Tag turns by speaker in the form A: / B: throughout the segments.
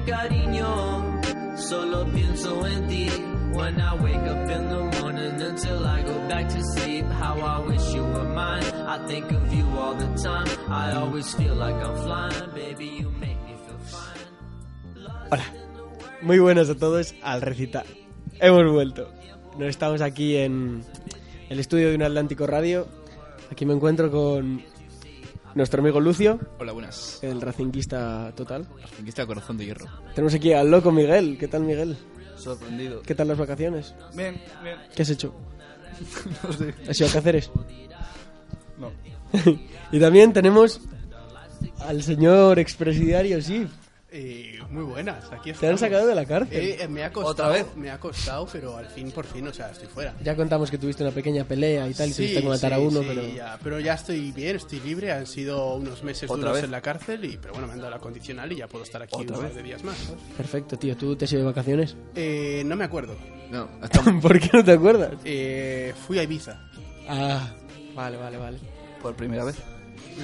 A: cariño. Solo pienso en ti. When I wake up in the morning until I go back to sleep, how I wish you were mine. I think of you all the time. I always feel like I'm flying, baby. You make me feel fine. Lost
B: Hola. Muy buenas a todos al recitar. Hemos vuelto. Nos estamos aquí en el estudio de un Atlántico Radio. Aquí me encuentro con nuestro amigo Lucio,
C: Hola, buenas.
B: el racinguista total.
C: Racinguista Corazón de Hierro.
B: Tenemos aquí al loco Miguel. ¿Qué tal, Miguel?
C: Sorprendido.
B: ¿Qué tal las vacaciones?
C: Bien, bien.
B: ¿Qué has hecho?
C: No sé.
B: ¿Has ido a Cáceres?
C: No.
B: y también tenemos al señor expresidiario Sif.
D: Eh, muy buenas, aquí
B: Te han
D: estamos.
B: sacado de la cárcel.
D: Eh, eh, me ha costado,
C: ¿Otra vez?
D: Me ha costado, pero al fin, por fin, o sea, estoy fuera.
B: Ya contamos que tuviste una pequeña pelea y tal, y
D: Sí,
B: tuviste que matar a
D: sí,
B: uno,
D: sí,
B: pero...
D: Ya, pero ya estoy bien, estoy libre. Han sido unos meses
C: ¿Otra
D: duros
C: vez?
D: en la cárcel, y, pero bueno, me han dado la condicional y ya puedo estar aquí un
C: ¿Otra
D: par
C: vez?
D: de días más. ¿sabes?
B: Perfecto, tío. ¿Tú te has ido de vacaciones?
D: Eh, no me acuerdo.
C: No, estamos
B: ¿Por qué no te acuerdas?
D: Eh, fui a Ibiza.
B: Ah, vale, vale, vale.
C: por primera vez.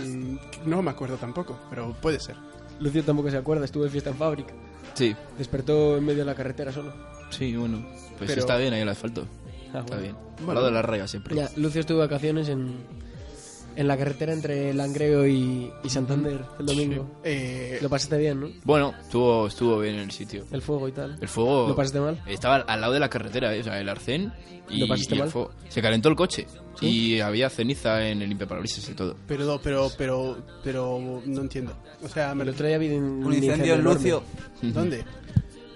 D: Mm, no me acuerdo tampoco, pero puede ser.
B: Lucio tampoco se acuerda, estuvo de fiesta en fábrica.
C: Sí.
B: Despertó en medio de la carretera solo.
C: Sí, bueno. Pues
D: Pero-
C: está bien ahí el asfalto.
B: Ah,
C: Está
B: bueno.
C: bien. Al lado de la raya siempre.
B: Ya, Lucio estuvo de vacaciones en, en la carretera entre Langreo y, y Santander el domingo.
D: Eh,
B: Lo pasaste bien, ¿no?
C: Bueno, estuvo, estuvo bien en el sitio.
B: El fuego y tal.
C: El fuego...
B: ¿Lo pasaste mal?
C: Estaba al lado de la carretera, eh, o sea, el arcén y,
B: ¿Lo pasaste
C: y el
B: mal?
C: fuego. Se calentó el coche y había ceniza en el limpiaparabrisas y todo.
D: pero, pero, pero, pero no entiendo. O sea, me
B: El
D: lo
B: otro día vi un, un enorme
D: ¿Dónde?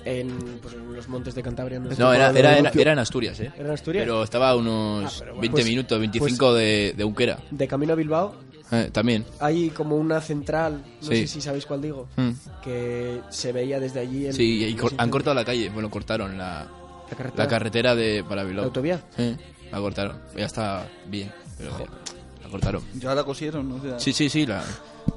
B: En, pues, en los montes de Cantabria. No,
C: No, era,
B: Era
C: era, era, era en Asturias, ¿eh?
B: en Asturias.
C: Pero estaba a unos
D: Ah, pero bueno.
C: 20
B: Pues-
C: minutos, 25 de, de Unquera.
B: De camino a Bilbao
C: Eh, también.
B: hay como una central, no
C: Sí.
B: sé si sabéis cuál digo,
C: Mm.
B: que se veía desde allí. el-
C: Sí, y
B: los
C: cor- han
B: incendios.
C: cortado la calle. Bueno, cortaron la,
B: la carretera.
C: La carretera de para Bilbao.
B: ¿La autovía?
C: Sí, la cortaron. Ya está bien, pero la cortaron.
E: Ya la cosieron, o sea.
C: Sí, sí, sí, la,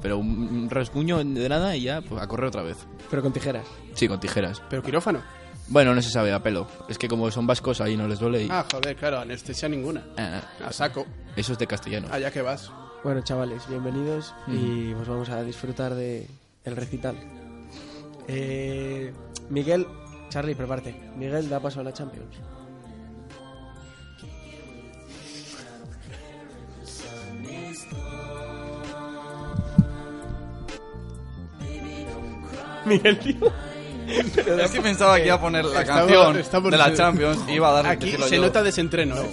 C: pero un, un rasguño de nada y ya pues, a correr otra vez.
B: Pero con tijeras.
C: Sí, con tijeras.
D: Pero quirófano.
C: Bueno, no se sabe, a pelo. Es que como son vascos ahí no les duele y...
D: Ah, joder, claro, anestesia ninguna.
C: Ah,
D: A saco,
C: eso es de
E: Ah,
C: castellano.
D: allá que vas.
B: Bueno, chavales, bienvenidos y pues vamos a disfrutar de el recital. Eh, Miguel, Charlie, prepárate. Miguel da paso a la Champions. Miguel, tío.
E: Es que pensaba que iba a poner la
D: Estamos-
E: canción
D: estamos-
E: de la Champions y iba a dar
D: Aquí
E: decirlo
D: se
E: yo.
D: nota desentreno. ¿eh?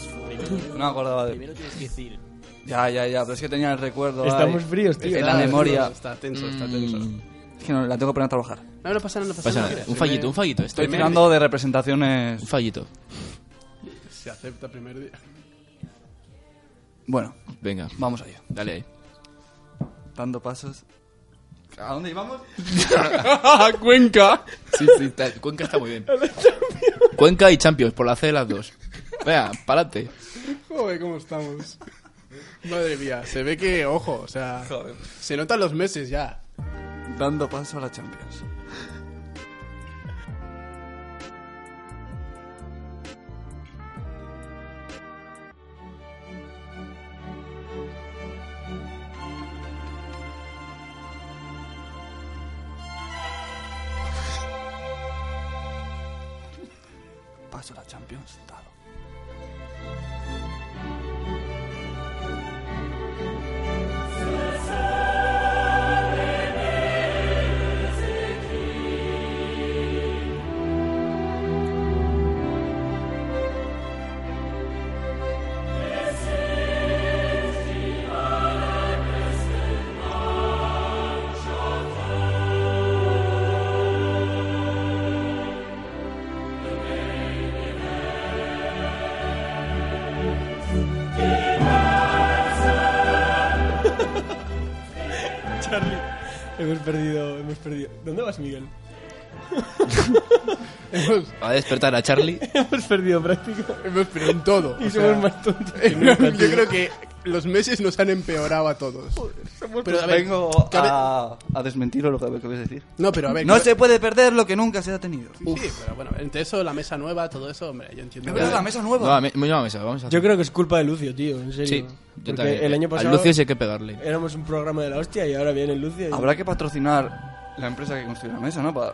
E: No me acordaba de.
C: tienes que decir.
E: Ya, ya, ya, pero es que tenía el recuerdo. ahí.
B: Estamos fríos, tío.
E: En la memoria. Mm.
D: Está tenso, está tenso.
E: Es que no, la tengo que poner a trabajar.
D: No, no pasa nada, no pasa
C: Pasa
D: nada.
C: nada.
D: Mira,
C: Un
D: primer-
C: fallito, un fallito. Esto,
E: Estoy tirando de representaciones.
C: un fallito.
D: Se acepta primer día.
E: Bueno,
C: Venga,
E: vamos allá.
C: dale ahí.
E: Dando pasos. ¿A dónde íbamos?
C: ¡Cuenca! Sí, sí, está- Cuenca está muy bien. Cuenca y Champions, por la C de las dos. Venga, párate.
D: Joder, cómo estamos. Madre mía, se ve que, ojo, o sea,
E: Joder.
D: se notan los meses ya.
E: Dando paso a la Champions. Paso a la Champions, dado.
B: Charlie, hemos perdido, hemos perdido. ¿Dónde vas, Miguel?
D: Hemos,
C: Va a despertar a Charlie.
B: hemos perdido práctica.
D: hemos pero en todo.
B: Y
D: o
B: somos
D: sea,
B: más tontos.
D: yo creo que los meses nos han empeorado a todos. Pero a ver,
E: Vengo
D: cabe-
E: a, a desmentir lo que acabáis de decir.
D: No, pero a ver.
E: No
D: cabe-
E: se puede perder lo que nunca se ha tenido.
D: Sí, pero bueno, entre eso, la mesa nueva, todo eso, hombre, yo entiendo.
E: Es verdad, la mesa nueva.
C: Nueva, me- nueva mesa, vamos a hacer.
B: Yo creo que es culpa de Lucio, tío, en serio.
C: Sí, yo
B: Porque
C: también.
B: el año pasado
C: Al Lucio sí hay que pegarle.
B: éramos un programa de la hostia y ahora viene Lucio. y-
E: Habrá que patrocinar la empresa que construye la mesa, ¿no? Para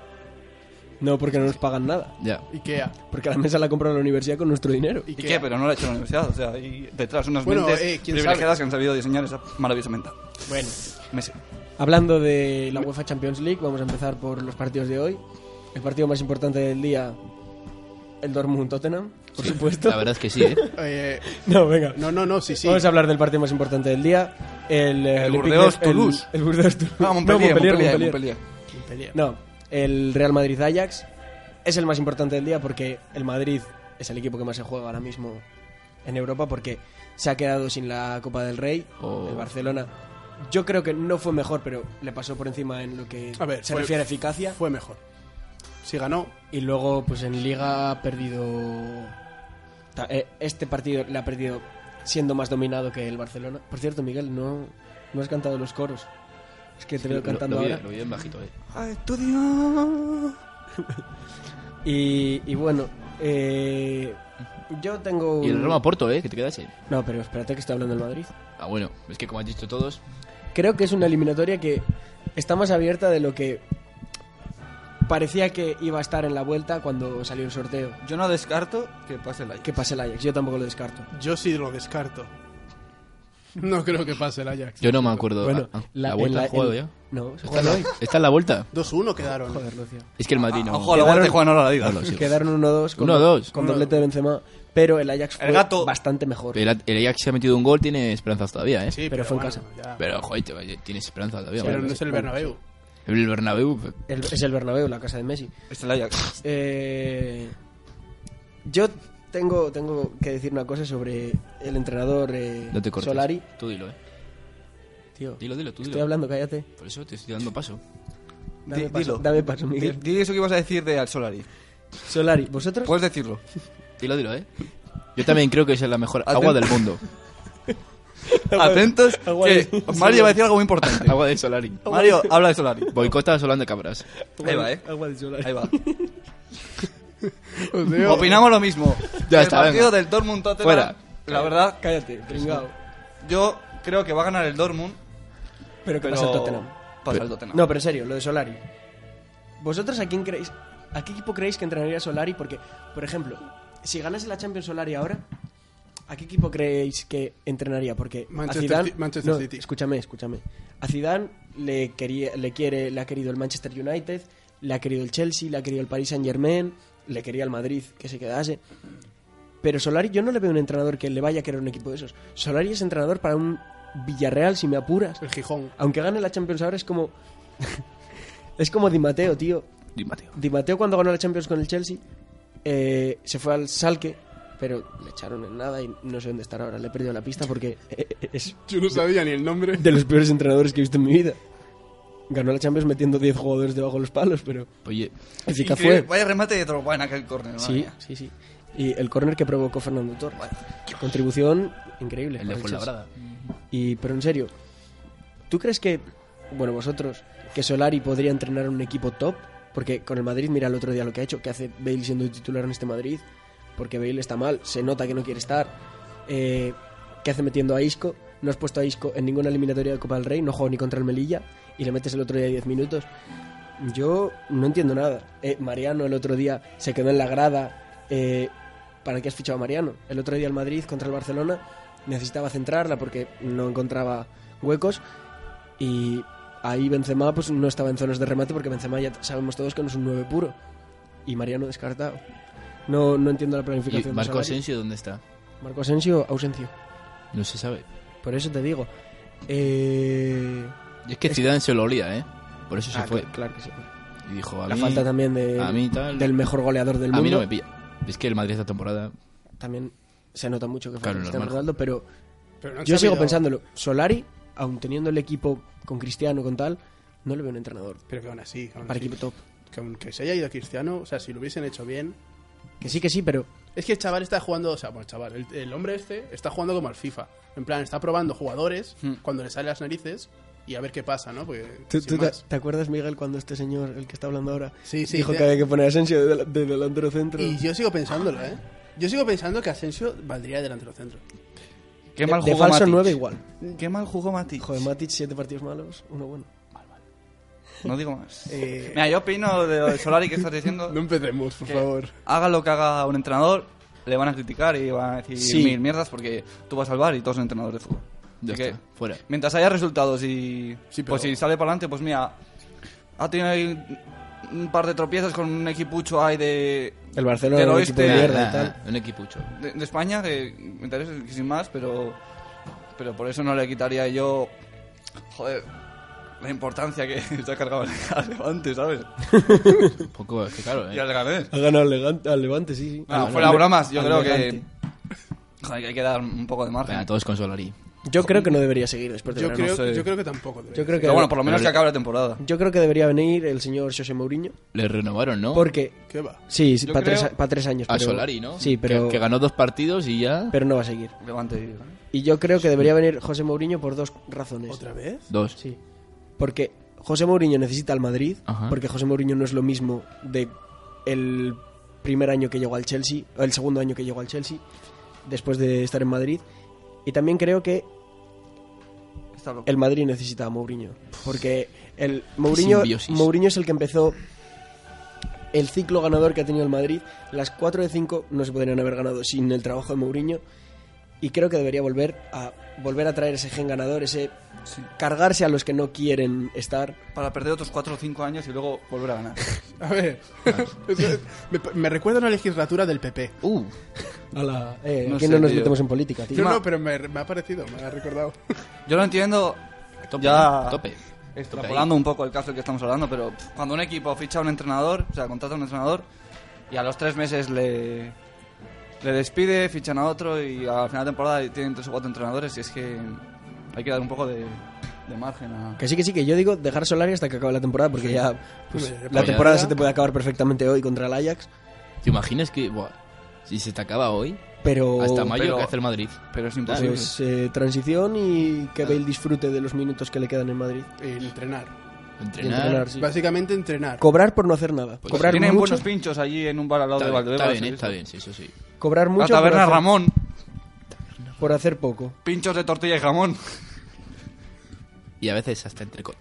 B: No, porque no nos pagan nada.
C: Ya.
D: Ikea.
B: Porque la mesa la compra la universidad con nuestro dinero.
E: ¿Y qué? Pero no lo ha hecho la universidad. O sea, hay detrás unas
D: Bueno,
E: mentes
D: eh, ¿quién
E: privilegiadas que han sabido diseñar esa maravillosa menta.
B: Bueno.
E: Messi.
B: Hablando de la UEFA Champions League, vamos a empezar por los partidos de hoy. El partido más importante del día, el Dortmund-Tottenham, por supuesto.
C: La verdad es que sí, ¿eh?
D: Eh,
B: No, venga.
D: no, no, no, sí, sí.
B: Vamos a hablar del partido más importante del día. El, eh,
E: El
B: Olympique de-
E: Burdeos-Toulouse.
B: El, el Burdeos-Toulouse.
E: Ah, Montpellier,
B: No,
E: Montpellier, Montpellier,
B: No, el Real Madrid-Ajax es el más importante del día porque el Madrid es el equipo que más se juega ahora mismo en Europa porque se ha quedado sin la Copa del Rey,
C: Oh.
B: el Barcelona. Yo creo que no fue mejor, pero le pasó por encima en lo que
D: A ver,
B: se
D: fue-
B: refiere a eficacia.
D: Fue mejor. Si ganó,
B: Y luego, pues en Liga ha perdido. ta- eh, Este partido le ha perdido siendo más dominado que el Barcelona. Por cierto, Miguel, no, no has cantado los coros. Es que te veo
C: Lo-
B: cantando
C: lo, vi-
B: ahora.
C: Lo vi en bajito, ¿eh?
E: A estudiar.
B: Y, y bueno, eh, yo tengo. un-
C: Y el Roma Porto, ¿eh? Que te quedase.
B: No, pero espérate que estoy hablando del Madrid.
C: Ah, bueno. Es que como han dicho todos...
B: Creo que es una eliminatoria que está más abierta de lo que parecía que iba a estar en la vuelta cuando salió el sorteo.
E: Yo no descarto que pase el Ajax.
B: Que pase el Ajax, yo tampoco lo descarto.
D: yo sí lo descarto. No creo que pase el Ajax.
C: Yo no me acuerdo.
B: Bueno,
C: Ah, ah,
B: la-
C: la,
B: en
C: vuelta
B: la-
C: han jugado
B: en-
C: ya.
B: No, se
C: ¿Está,
B: juegan hoy.
C: la, está en la vuelta.
D: 2-1 quedaron.
B: Joder, Lucio.
C: Es que el Madrid no.
E: Ah, Ojo, a la guardia jugando ahora la vida.
C: No, no, sí.
B: Quedaron 1-2 con,
C: Uno, dos.
B: con doblete de Benzema, pero el Ajax fue
E: El gato.
B: bastante mejor.
C: El, el Ajax se ha metido un gol, tiene esperanzas todavía, ¿eh?
D: Sí,
B: Pero fue en casa.
D: ya.
C: Pero,
D: Pero,
C: joder, te- tienes esperanzas todavía.
D: no
C: ¿vale?
D: es el Bernabéu.
C: El Bernabéu... eh,
B: El- es el Bernabéu, la casa de Messi.
E: Es el Ajax.
B: Eh, yo tengo, tengo que decir una cosa sobre el entrenador eh,
C: No te cortes.
B: Solari.
C: Tú dilo, ¿eh?
B: Tío,
C: Dilo, dilo, tú
B: estoy
C: dilo.
B: hablando, cállate.
C: Por eso te estoy dando paso.
B: Dame
E: Di-
B: paso,
E: dilo.
B: dame paso,
E: Di, Pues,
B: Miguel.
E: di eso que ibas a decir de Al Solari.
B: Solari, ¿vosotros?
E: Puedes decirlo.
C: Dilo, dilo, ¿eh? Yo también creo que es la mejor
E: Atento.
C: agua del mundo.
E: Atentos,
B: Agua
E: que
B: de-
E: Mario va a decir algo muy importante.
C: agua de Solari.
E: Mario, habla de Solari.
C: Boicota a Solán de Cabras.
E: Ahí va, eh.
B: Agua de Solari.
E: Ahí va.
D: Os digo,
E: Opinamos lo mismo.
C: Ya
E: el
C: está,
E: partido
C: venga.
E: del Dortmund Tottenham.
C: Fuera.
E: La verdad, Pues,
B: Cállate, pringao.
E: yo creo que va a ganar el Dortmund.
B: Pero que
E: Pero
B: pasa el Tottenham.
E: Pasa el Tottenham.
B: No, pero en serio, lo de Solari. ¿Vosotros a quién creéis? ¿A qué equipo creéis que entrenaría Solari? Porque, por ejemplo, si ganase la Champions Solari ahora, ¿a qué equipo creéis que entrenaría? Porque
D: Manchester
B: a Zidane,
D: Ci- Manchester
B: no,
D: City.
B: Escúchame, escúchame. A Zidane le quería, le quiere, le ha querido el Manchester United, le ha querido el Chelsea, le ha querido el Paris Saint Germain, le quería el Madrid que se quedase. Pero Solari, yo no le veo un entrenador que le vaya a querer un equipo de esos. Solari es entrenador para un Villarreal, si me apuras
D: El Gijón.
B: aunque gane la Champions ahora es como es como Di Matteo tío
C: Di Mateo.
B: Di Matteo cuando ganó la Champions con el Chelsea eh, se fue al Salque pero le echaron en nada y no sé dónde estará ahora le he perdido la pista porque eh, eh, es
D: Yo no sabía ni el nombre.
B: de los peores entrenadores que he visto en mi vida ganó la Champions metiendo 10 jugadores debajo de los palos pero
C: Oye,
B: eficaz
E: Increíble.
B: fue
E: Vaya remate de Drogba en aquel córner. madre
B: sí
E: mía.
B: sí sí y el córner que provocó Fernando Torres contribución increíble
C: el de
B: para el Chelsea.
C: Fuenlabrada.
B: Y, pero en serio, ¿tú crees que, bueno, vosotros, que Solari podría entrenar un equipo top? Porque con el Madrid, mira el otro día lo que ha hecho, que hace Bale siendo titular en este Madrid, porque Bale está mal, se nota que no quiere estar. Eh, ¿Qué hace metiendo a Isco? No has puesto a Isco en ninguna eliminatoria de Copa del Rey, no juega ni contra el Melilla, y le metes el otro día 10 minutos. Yo no entiendo nada. Eh, Mariano el otro día se quedó en la grada. eh, ¿Para qué has fichado a Mariano? El otro día el Madrid contra el Barcelona necesitaba centrarla porque no encontraba huecos. Y ahí Benzema pues, no estaba en zonas de remate porque Benzema ya sabemos todos que no es un 9 puro. Y Mariano descartado. No, no entiendo la
C: ¿Y
B: planificación. de
C: Marco
B: Solari.
C: Asensio dónde está?
B: Marco Asensio, ausencio.
C: No se sabe.
B: Por eso te digo. Eh...
C: Y es que Zidane se lo olía, ¿eh? Por eso se
B: ah,
C: fue.
B: cl- Claro que sí.
C: Y dijo, a
B: La
C: mí...
B: falta también de-
C: a mí tal.
B: del mejor goleador del
C: a
B: mundo.
C: mí no me pilla. Es que el Madrid esta temporada...
B: también se nota mucho que fue
C: Claro,
B: Cristiano
C: normal.
B: Ronaldo, pero
D: Pero no han
B: yo sigo
D: sabido-
B: pensándolo. Solari, aun teniendo el equipo con Cristiano, con tal, no le veo un entrenador
D: Pero que aún así. aún
B: para
D: así,
B: equipo top.
D: que aunque se haya ido Cristiano, o sea, si lo hubiesen hecho bien.
B: Que sí, que sí, pero
D: Es que el chaval está jugando, o sea, bueno, el chaval, el, el hombre este está jugando como al FIFA. En plan, está probando jugadores cuando le sale las narices y a ver qué pasa, ¿no? Porque.
B: ¿Tú,
D: sin
B: tú te,
D: más.
B: te acuerdas, Miguel, cuando este señor, el que está hablando ahora,
D: Sí, sí,
B: dijo
D: te-
B: que había que poner a Asensio de, del- de delantero centro?
D: Y yo sigo pensándolo, ¿eh? Yo sigo pensando que Asensio valdría delantero centro.
E: Qué
B: de,
E: mal
B: de
E: jugó
B: falso
E: Matic.
B: 9 igual.
E: Qué mal jugó Matic.
B: Joder, Matic, siete partidos malos, uno bueno.
E: No digo más.
D: Eh,
E: Mira, yo opino de lo de Solari que estás diciendo.
D: No empecemos, por
E: que
D: favor.
E: Haga lo que haga un entrenador, le van a criticar y van a decir
B: Sí.
E: mil mierdas porque tú vas a salvar y todos son entrenadores de fútbol.
C: Ya
E: Así que,
C: está, fuera.
E: Mientras haya resultados y.
D: Sí, pero-
E: Pues si sale para adelante, pues mira. Ha tenido ahí un par de tropiezos con un equipucho ahí de.
B: El Barcelona
E: Del
B: era un
E: oeste.
B: equipo de mierda
C: Nah,
B: y tal.
C: nah, Un equipucho.
E: de, de España, que me interesa que sin más, pero, pero por eso no le quitaría yo, joder, la importancia que se ha cargado al Levante, ¿sabes?
C: Poco, es que claro,
E: Y
C: ¿eh?
E: al Leganés.
B: Ha ganado al, Legan- al Levante, sí, sí.
E: No,
B: Al-
E: fuera
B: al-
E: bromas, yo
B: al
E: creo que,
B: Levante.
E: joder, que hay que dar un poco de margen.
C: Venga, todos con Solari.
B: Yo creo que no debería seguir después de
D: Yo
B: verano.
D: creo,
E: sé.
D: yo creo que tampoco. debería
B: Yo creo que...
E: pero bueno, por lo menos
C: Pero
E: que
C: le-
E: acabe la temporada.
B: Yo creo que debería venir el señor José Mourinho.
C: Le renovaron, ¿no?
B: Porque...
D: ser. ¿Qué va?
B: Sí, sí
E: Yo
B: para
E: creo-
B: tres, a- pa' tres años.
C: A
B: pero-
C: Solari, ¿no?
B: Sí, pero,
C: Que, que ganó dos partidos y ya.
B: pero no va a seguir.
E: Levante y-
B: Y yo creo que debería venir José Mourinho por dos razones.
D: ¿Otra vez?
C: Dos.
B: Sí. Porque José Mourinho necesita al Madrid,
C: Ajá.
B: porque José Mourinho no es lo mismo de el primer año que llegó al Chelsea, o el segundo año que llegó al Chelsea, después de estar en Madrid. Y también creo que
E: Está loco.
B: el Madrid necesita a Mourinho, porque el Mourinho,
C: simbiosis.
B: Mourinho es el que empezó el ciclo ganador que ha tenido el Madrid. Las 4 de 5 no se podrían haber ganado sin el trabajo de Mourinho. Y creo que debería volver a volver a traer ese gen ganador, ese
E: Sí.
B: cargarse a los que no quieren estar.
E: Para perder otros 4 o 5 años y luego volver a ganar.
D: A ver. me, me recuerda a la legislatura del PP.
C: Uh,
B: Hola, eh,
E: No
B: aquí
E: sé,
B: no nos
E: tío.
B: metemos en política, tío.
D: Yo no, pero me, me ha parecido, me ha recordado.
E: Yo lo entiendo,
C: a tope.
E: Ya.
C: a tope.
E: extrapolando un poco el caso del que estamos hablando, pero pff, cuando un equipo ficha a un entrenador, o sea, contrata a un entrenador y a los tres meses le, le despide, fichan a otro y al final de temporada tienen tres o cuatro entrenadores y es que hay que dar un poco de, de margen a...
B: Que sí, que sí, que yo digo dejar Solari hasta que acabe la temporada, porque ya pues,
D: Hombre,
B: la
C: ya-
B: temporada se te puede acabar perfectamente hoy contra el Ajax,
C: ¿Te imaginas que. buah, si se te acaba hoy,
B: pero
C: hasta mayo,
E: pero-
C: ¿qué hace el Madrid?
E: Pero es imposible.
B: pues, eh, transición y que Bale disfrute de los minutos que le quedan en Madrid.
D: El entrenar.
B: Y
C: Entrenar.
B: entrenar, sí.
D: Básicamente entrenar.
B: Cobrar por no hacer nada.
C: Pues
B: cobrar,
E: tienen
B: mucho,
E: buenos pinchos allí en un bar al lado
C: Está
E: de
C: bien,
E: Valdebebas.
C: está bien,
E: ¿sí?
C: está bien, sí, eso sí.
B: cobrar
E: La
B: mucho.
E: taberna
B: por hacer,
E: Ramón,
B: por hacer poco.
E: pinchos de tortilla y jamón.
C: Y a veces hasta entrecot.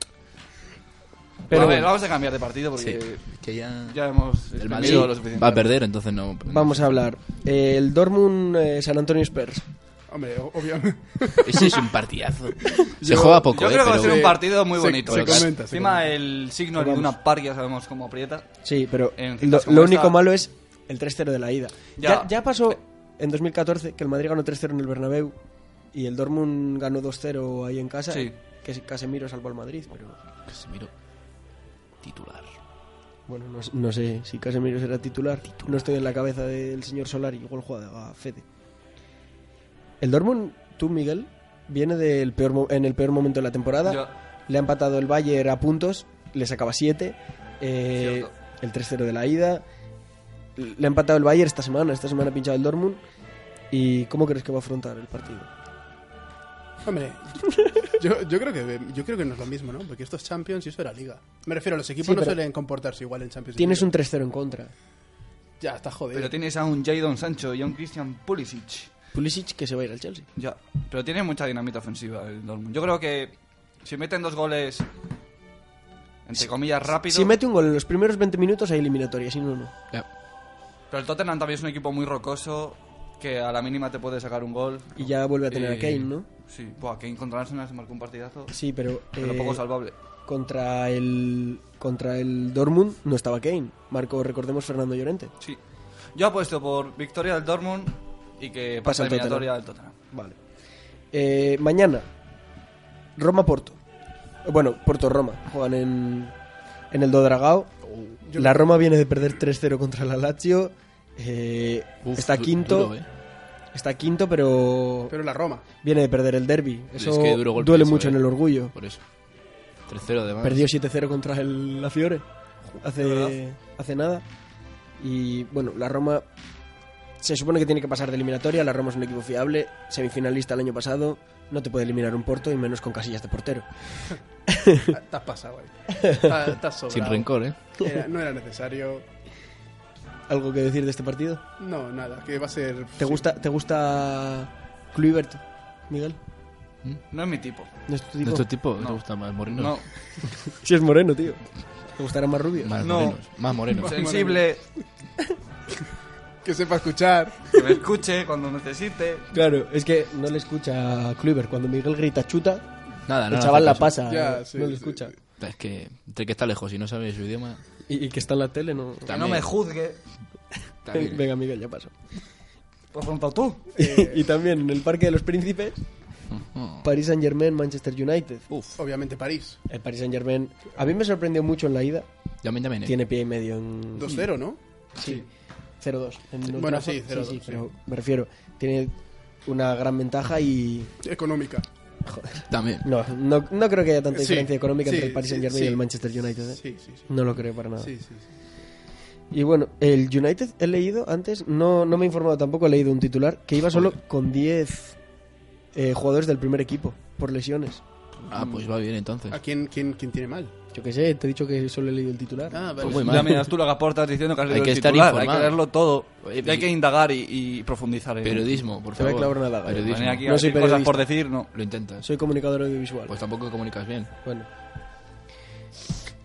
B: Pero
E: a ver,
B: bueno.
E: vamos a cambiar de partido porque
C: Que ya.
E: ya hemos
C: el Madrid
E: exprimido lo suficiente.
C: va a perder, entonces no.
B: Vamos a hablar. Eh, el Dortmund eh, San Antonio Spurs.
D: Hombre, o- obviamente.
C: Ese es un partidazo. Se juega poco,
E: Yo
C: eh,
E: creo que va a
C: pero-
E: ser un
D: Sí.
E: partido muy
D: Se-
E: bonito. ¿eh?
D: se
E: Porque
D: comenta, se
E: Encima
D: comenta.
E: el signo de
B: Vamos.
E: una par ya sabemos cómo aprieta.
B: Sí, pero
E: En
B: lo,
E: citas como
B: lo único
E: esta-
B: malo es el 3-0 de la ida. Ya.
E: Ya.
B: Ya, pasó en 2014 que el Madrid ganó 3-0 en el Bernabéu y el Dortmund ganó 2-0 ahí en casa.
E: Sí.
B: Que Casemiro salvó al Madrid, pero
C: Casemiro, titular.
B: bueno, no, s- no sé si Casemiro será titular. No estoy en la cabeza del señor Solari, igual juega a Fede. El Dortmund, tú Miguel, viene del peor mo- en el peor momento de la temporada.
E: Yo-
B: Le ha empatado el Bayern a puntos, le sacaba 7. eh,
E: Cierto.
B: el 3-0 de la ida. Le ha empatado el Bayern esta semana, esta semana ha pinchado el Dortmund. ¿Y cómo crees que va a afrontar el partido?
D: Hombre, yo, yo creo que, yo creo que no es lo mismo, ¿no? Porque esto es Champions y eso era Liga. Me refiero, los equipos
B: Sí,
D: no
B: pero-
D: suelen comportarse igual en Champions. y
B: Tienes un
D: Liga.
B: 3-0 en contra.
D: Ya, está jodido.
E: Pero tienes a un Jadon Sancho y a un Christian Pulisic.
B: Pulisic que se va a ir al Chelsea.
E: Ya. Pero tiene mucha dinamita ofensiva el Dortmund. Yo creo que si meten dos goles, entre comillas, rápido.
B: Si mete un gol en los primeros 20 minutos hay eliminatoria, si no, no.
C: Ya.
E: Pero el Tottenham también es un equipo muy rocoso que a la mínima te puede sacar un gol.
B: Y ya vuelve a tener
E: Eh,
B: a Kane, ¿no?
E: Sí. Buah, Kane contra el Arsenal se marcó un partidazo.
B: Sí, pero,
E: Pero
B: eh,
E: poco salvable.
B: contra el contra el Dortmund no estaba Kane. Marco, recordemos Fernando Llorente.
E: Sí. Yo apuesto por victoria del Dortmund y que
B: Pasa
E: pasa
B: el
E: la eliminatoria del Tottenham.
B: Vale. Eh, mañana, Roma-Porto. Eh, Bueno, Porto-Roma. Juegan en, en el Dodragao.
D: Yo-
B: La Roma viene de perder 3-0 contra la Lazio. Eh,
C: Uf,
B: está
C: du-
B: quinto.
C: duro, eh.
B: Está quinto, pero,
D: Pero la Roma.
B: viene de perder el derby. Eso
C: Es que duro golpe
B: duele
C: eso,
B: mucho
C: eh.
B: en el orgullo.
C: Por eso. 3-0 además.
B: Perdió 7-0 contra el La Fiore hace,
E: ¿verdad?
B: hace nada. Y bueno, la Roma se supone que tiene que pasar de eliminatoria. La Roma es un equipo fiable, semifinalista el año pasado. No te puede eliminar un Porto y menos con casillas de portero.
D: Ah, Te has pasado ahí. Ah, Te has sobrado.
C: Sin rencor, eh.
D: Era- no era necesario.
B: ¿Algo que decir de este partido?
D: No, nada. Que va a ser.
B: ¿Te gusta te gusta Kluivert, Miguel?
E: No es mi tipo.
B: ¿No es tu
C: ¿De
B: tipo?
C: este tipo? ¿Te
E: No.
C: gusta más moreno?
E: No.
B: Si es moreno, tío. ¿Te gustará más rubio?
C: Más
E: No.
C: morenos. Más morenos.
E: Sensible,
D: Que sepa escuchar.
E: que me escuche cuando necesite.
B: Claro, es que no le escucha a Kluivert. Cuando Miguel grita chuta,
C: Nada,
B: el
C: Ah, no.
B: chaval
C: no
B: la
C: hace caso.
B: pasa, eh,
D: Ya,
B: no,
D: sí,
B: no le
D: sí,
B: escucha.
D: sí.
C: Es que entre que está lejos y no sabe su idioma.
B: Y, y que está en la tele, no...
E: Que no
C: También.
E: me juzgue.
C: también.
B: Venga, Miguel, ya paso. Eh,
E: Pues junto tú.
B: y también en el Parque de los Príncipes,
C: Ujú.
B: Paris Saint-Germain, Manchester United.
C: Uf.
D: Obviamente París.
B: El Paris Saint-Germain... A mí me sorprendió mucho en la ida.
C: Ya me también. eh.
B: Tiene pie y medio en...
D: 2-0, ¿no?
B: Sí. 0-2. en Old
D: Bueno,
B: Trafford.
D: sí, 0-2, sí.
B: pero me refiero, tiene una gran ventaja y
D: Económica. Eh,
C: También.
B: no, no, no creo que haya tanta
D: Sí,
B: diferencia económica
D: sí,
B: entre el Paris
D: sí,
B: Saint-Germain
D: sí.
B: y el Manchester United. ¿eh? Ah.
D: Sí, sí, sí.
B: No lo creo para nada.
D: Sí, sí, sí.
B: Y bueno, el United he leído antes, no, no me he informado tampoco, he leído un titular que iba solo con 10 eh, jugadores del primer equipo por lesiones.
C: Ah, pues va bien entonces.
D: ¿A quién, quién, quién tiene mal?
B: Yo qué sé, te he dicho que solo he leído el titular.
D: Ah,
C: Pues muy
D: vale.
E: Ya
C: mal.
E: miras tú lo que aportas diciendo que has
C: Hay
E: leído
C: que
E: el
C: estar
E: titular, Hay
C: informado.
E: que leerlo todo.
C: Oye,
E: Y hay que indagar y, y profundizar. en-
C: Periodismo, por
B: Te voy a
C: favor.
B: clavar una daga, eh.
E: Venir
C: Periodismo.
E: aquí
B: No
E: a
B: soy
E: decir cosas
B: periodista.
E: por decir, no.
C: Lo intentas.
B: Soy comunicador audiovisual.
C: Pues tampoco comunicas bien.
B: bueno,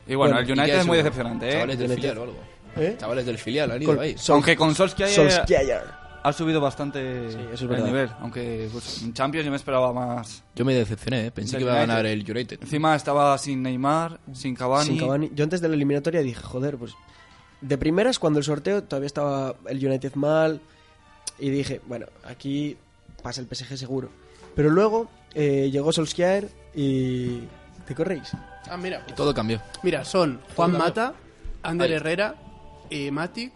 E: Y bueno,
B: Bueno,
E: el
C: ¿Y qué
E: United es muy
C: eso?
E: decepcionante, ¿eh?
C: Chavales del
B: United.
C: filial o algo.
B: ¿eh?
C: Chavales del filial han
B: Col-
C: ido ahí.
B: Sol-
E: Aunque con Solskjaer,
B: Solskjaer.
E: ha subido bastante
B: Sí, eso es
E: el
B: verdad.
E: nivel. Aunque pues, en Champions yo me esperaba más.
C: Yo me decepcioné, eh. pensé
E: Del
C: que iba a
E: United.
C: ganar el United.
E: Encima estaba sin Neymar, sin Cavani.
B: Sin Cavani. Yo antes de la eliminatoria dije, joder, pues. De primeras, cuando el sorteo todavía estaba el United mal. Y dije, bueno, aquí pasa el PSG seguro. Pero luego eh, llegó Solskjaer y. ¿Te corréis?
D: Ah, mira. pues.
C: Todo cambió.
D: Mira, son Juan
C: Todo
D: Mata, Ander
C: Ahí.
D: Herrera, eh, Matic,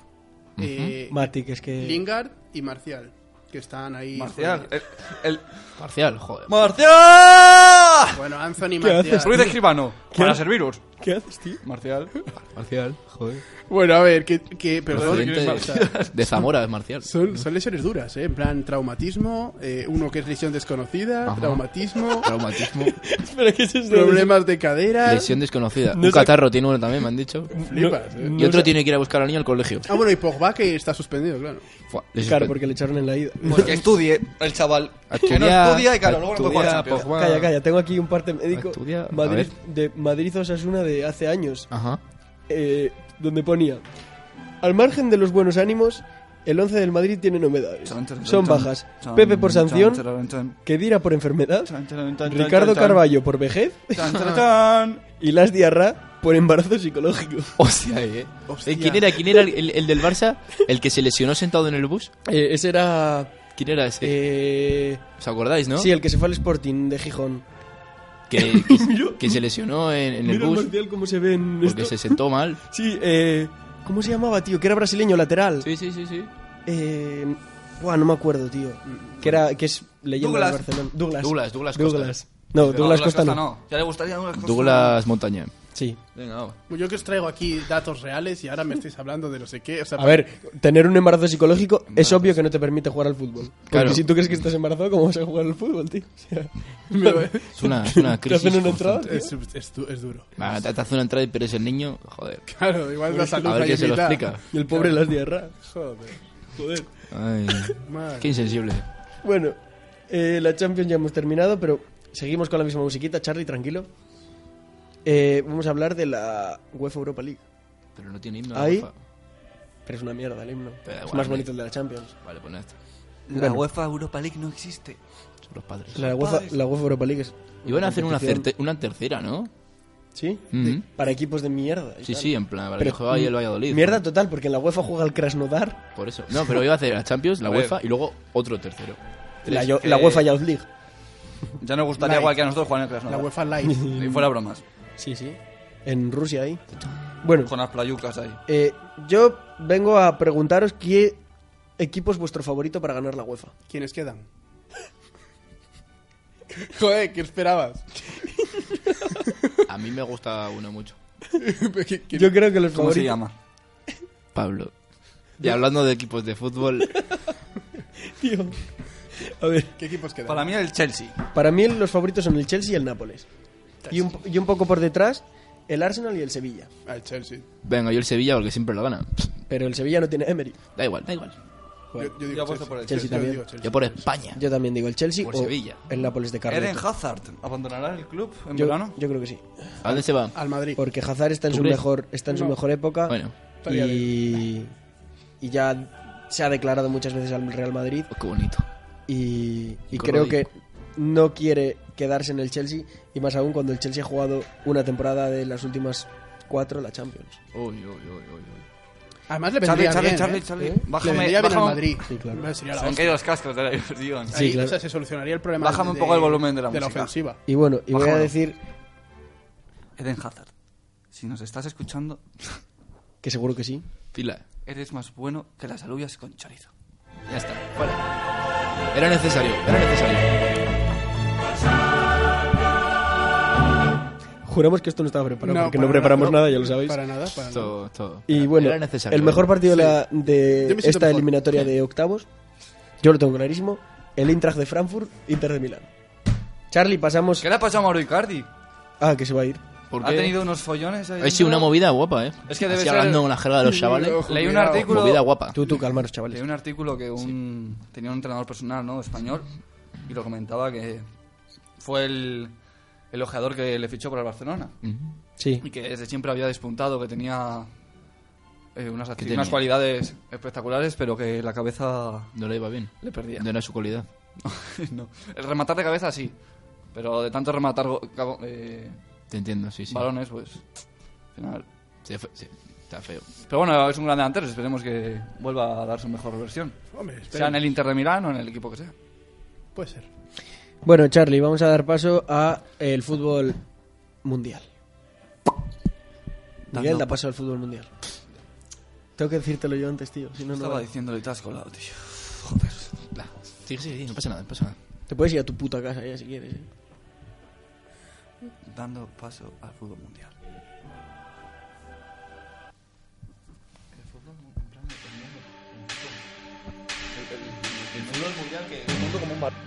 D: eh,
B: Mati, que es que.
D: Lingard y Marcial. Que están ahí.
E: Marcial.
D: jodidos.
E: El, el-
C: Parcial, joder. Eh.
E: ¡Marcial!
D: Bueno, Anthony
B: haces?
D: Marcial.
E: Ruiz Escribano, para serviros.
B: ¿Qué haces, tío?
E: Marcial.
C: Marcial, joder.
D: Bueno, a ver, que, que perdón.
C: Procedente
D: o sea,
C: de, de Zamora es Marcial.
D: Son, son lesiones duras, ¿eh? En plan, traumatismo, eh, uno que es lesión desconocida,
C: Ajá.
D: traumatismo,
C: Traumatismo.
B: Espera, ¿qué es esto?
D: problemas de cadera.
C: Lesión desconocida.
B: No
C: Un
B: sé-
C: catarro tiene uno también, me han dicho.
D: Flipas, ¿eh?
C: Y otro tiene que ir a buscar al niño al colegio.
D: Ah, bueno, y Pogba que está suspendido, claro.
C: Fua, les
B: Claro,
C: espero.
B: porque le echaron en la ida.
E: que estudie el chaval.
C: A
E: que no
C: estudiar,
E: estudia y claro,
C: a
E: luego no puede jugar
C: estudiar,
E: Champions.
C: Pogba.
B: Calla, calla, tengo aquí un parte médico
C: Estudia, a
B: Madrid, de
C: ver.
B: Madrid Osasuna de hace años.
C: Ajá.
B: eh, donde ponía al margen de los buenos ánimos el 11 del Madrid tiene novedades
E: Chan, chan,
B: son
E: chan,
B: bajas
E: chan,
B: Pepe por
E: chan,
B: sanción
E: chan, chan,
B: Kedira por enfermedad
E: chan, chan, chan,
B: Ricardo
E: chan, chan,
B: Carballo por vejez
E: chan, chan, chan.
B: y Las Diarra por embarazo psicológico
C: Hostia, eh.
D: Hostia.
C: Eh, ¿Quién era, quién era el, el- el del Barça? ¿El que se lesionó sentado en el bus?
B: Eh, ese era
C: ¿Quién era ese?
B: eh,
C: ¿Os acordáis, no?
B: sí el que se fue al Sporting de Gijón
C: Que, que, que se lesionó en, en el
B: mira
C: bus
B: Marcial cómo se ve en
C: porque
B: esto.
C: se sentó mal.
B: sí eh, cómo se llamaba tío que era brasileño lateral
C: Sí, sí, sí, sí.
B: eh, buah, no me acuerdo tío que era que es leyenda
E: Mm, Douglas.
B: de Barcelona Douglas
C: Douglas, Douglas Costa.
B: Douglas no Douglas, Costa, no.
E: Ya le gustaría a Douglas Costa.
C: Douglas Montaña.
B: Sí.
E: Venga, va.
D: Yo que os traigo aquí datos reales y ahora me estáis hablando de no sé qué. O sea,
B: A ver, tener un embarazo psicológico es obvio que no te permite jugar al fútbol. Porque
C: Claro.
B: si tú crees que estás embarazado, ¿cómo vas a jugar al fútbol, tío? O sea,
C: Es una, es una
B: ¿Te
C: crisis.
B: hacen una entrada?
C: constante.
D: es, es du- es duro.
C: Va, te te hace una entrada y pierdes el niño. Joder.
D: Claro, igual la salud
C: A ver
D: ahí
C: quién
D: en
C: se lo
D: mitad.
C: explica.
B: Y el pobre las diarra.
D: Joder. Joder.
C: Ay,
D: Madre.
C: qué insensible.
B: Bueno, eh, la Champions ya hemos terminado, pero seguimos con la misma musiquita. Charlie, tranquilo. Eh, vamos a hablar de la UEFA Europa League.
C: Pero no tiene himno.
B: Ahí.
C: Ahí.
B: Pero es una mierda el himno.
C: Pero da
B: es
C: igual,
B: más
C: eh.
B: bonito el de la Champions.
C: Vale, pues nada. está.
E: La UEFA Europa League no existe.
C: Son los padres.
B: La UEFA, la UEFA Europa League es...
C: Iban a hacer una,
B: competición-
C: certe- una tercera, ¿no?
B: ¿Sí?
C: Ujú.
B: Para equipos de mierda. y
C: Sí,
B: tal.
C: sí, en plan, para que juegue ahí el Valladolid.
B: Mierda total, porque en la UEFA juega el Krasnodar.
C: Por eso. No, pero iba a hacer la Champions, la
E: A ver.
C: UEFA y luego otro tercero.
B: La,
E: Tres,
B: yo-
C: eh,
E: que-
B: la UEFA Youth League.
E: Ya nos gustaría
D: Like.
E: igual que a nosotros jugar en el
D: La
E: Krasnodar.
D: UEFA Live.
E: Si fuera bromas.
B: Sí, sí. En Rusia ahí. Bueno,
E: Con las playucas ahí.
B: eh, yo vengo a preguntaros qué equipo es vuestro favorito para ganar la UEFA.
D: ¿Quiénes quedan? Joder, ¿qué esperabas?
C: A mí me gusta uno mucho.
D: ¿Qué- qué-
B: Yo creo que los
E: ¿Cómo se
B: favoritos.
E: llama?
C: Pablo. Y hablando de equipos de fútbol,
B: tío. A ver,
D: ¿Qué equipos quedan?
E: Para mí el Chelsea.
B: para mí los favoritos son el Chelsea y el Nápoles. Y un, y un poco por detrás, el Arsenal y el Sevilla.
D: Ah, el Chelsea.
C: venga, yo el Sevilla porque siempre lo gana.
B: Pero el Sevilla no tiene Emery.
C: Da igual, da igual.
B: Bueno,
D: yo, yo digo
E: Pues, Yo apuesto por el Chelsea
D: Yo
B: también.
D: digo Chelsea.
C: Yo por España.
B: Yo también digo el Chelsea
C: Por
B: o
C: Sevilla.
B: el Nápoles de Carlos.
E: Eren Hazard, ¿abandonará el club en
B: yo,
E: verano?
B: yo creo que sí.
C: ¿A dónde se va?
E: Ah.
D: Al Madrid.
B: Porque Hazard está en
C: ¿Tú
B: su
C: crees?
B: mejor está en su
D: No.
B: mejor época.
C: Bueno.
D: Estaría
B: y y ya se ha declarado muchas veces al Real Madrid
C: Oh, qué bonito.
B: y, y
C: Con
B: creo
C: lo de-
B: que no quiere quedarse en el Chelsea y más aún cuando el Chelsea ha jugado una temporada de las últimas cuatro la Champions.
C: Uy, uy, uy, uy, uy.
D: Además le
E: Charlie,
D: vendría
E: Charlie,
D: bien,
E: Charlie,
D: ¿eh?
E: Charlie.
B: ¿Eh?
D: Le
E: Bájame,
D: vendría bien al
E: bájame-
D: Madrid.
B: Sí, claro.
D: Bueno, sería la
E: Se han
D: hostia.
E: caído los cascos de la ilusión.
B: Sí,
D: Ahí,
B: claro.
D: o sea, se solucionaría el problema.
E: Bájame un poco el volumen de la
D: de la
E: música.
D: ofensiva.
B: Y bueno, y voy a
E: Bajámoslo.
B: decir
E: Eden Hazard, si nos estás escuchando,
B: que seguro que sí.
C: Fila.
E: eres más bueno que las alubias con chorizo.
C: Ya está. Fuera. Era necesario, era necesario.
B: Juramos que esto no estaba preparado porque no
D: para
B: preparamos
D: no,
B: nada, ya lo sabéis.
D: Para nada, para nada.
C: Todo, todo.
B: Y bueno,
C: era necesario.
B: el mejor partido de, la- de
D: Yo me siento
B: esta
D: mejor.
B: eliminatoria de octavos, yo lo tengo clarísimo, el Eintracht de Frankfurt, Inter de Milán. Charlie, pasamos...
E: ¿Qué le ha pasado a Mauro Icardi?
B: Ah, que se va a ir.
C: ¿Por
E: Ha
C: qué?
E: tenido unos follones ahí.
C: Es sí,
E: dentro.
C: una movida guapa, ¿eh?
E: Es que debe
C: Así
E: ser-
C: hablando con la jerga de los chavales.
D: Ojo,
E: Leí un
D: cuidado.
E: artículo.
C: Movida guapa.
B: Tú, tú, calmaros,
E: Leí
B: chavales.
E: un artículo que un tenía un entrenador personal, ¿no? Español, y lo comentaba que fue el, el ojeador que le fichó para el Barcelona.
B: Sí.
E: Y que desde siempre había despuntado, que tenía eh, unas, acti-
C: tenía?
E: unas cualidades espectaculares, pero que la cabeza
C: No le iba bien.
E: le perdía.
C: No era su calidad.
E: No. El rematar de cabeza sí, pero de tanto rematar go- cabo- eh,
C: Te entiendo, sí, sí.
E: balones, pues al final.
C: Sí, fe- sí, está feo.
E: Pero bueno, es un gran delantero, esperemos que vuelva a dar su mejor versión.
D: Hombre, espera.
E: Sea en el Inter de Milán o en el equipo que sea.
D: Puede ser.
B: Bueno, Charlie, vamos a dar paso a el fútbol mundial. Miguel da paso al fútbol mundial. Tengo que decírtelo yo antes, tío. Si no, no
E: Estaba
B: vale.
E: diciéndolo y te has colado, tío. Joder.
C: La- Sí, sí, sí, no pasa nada, no pasa nada.
B: Te puedes ir a tu puta casa ya si quieres. ¿eh?
E: Dando paso al fútbol mundial. El fútbol mundial que el mundo como un balón.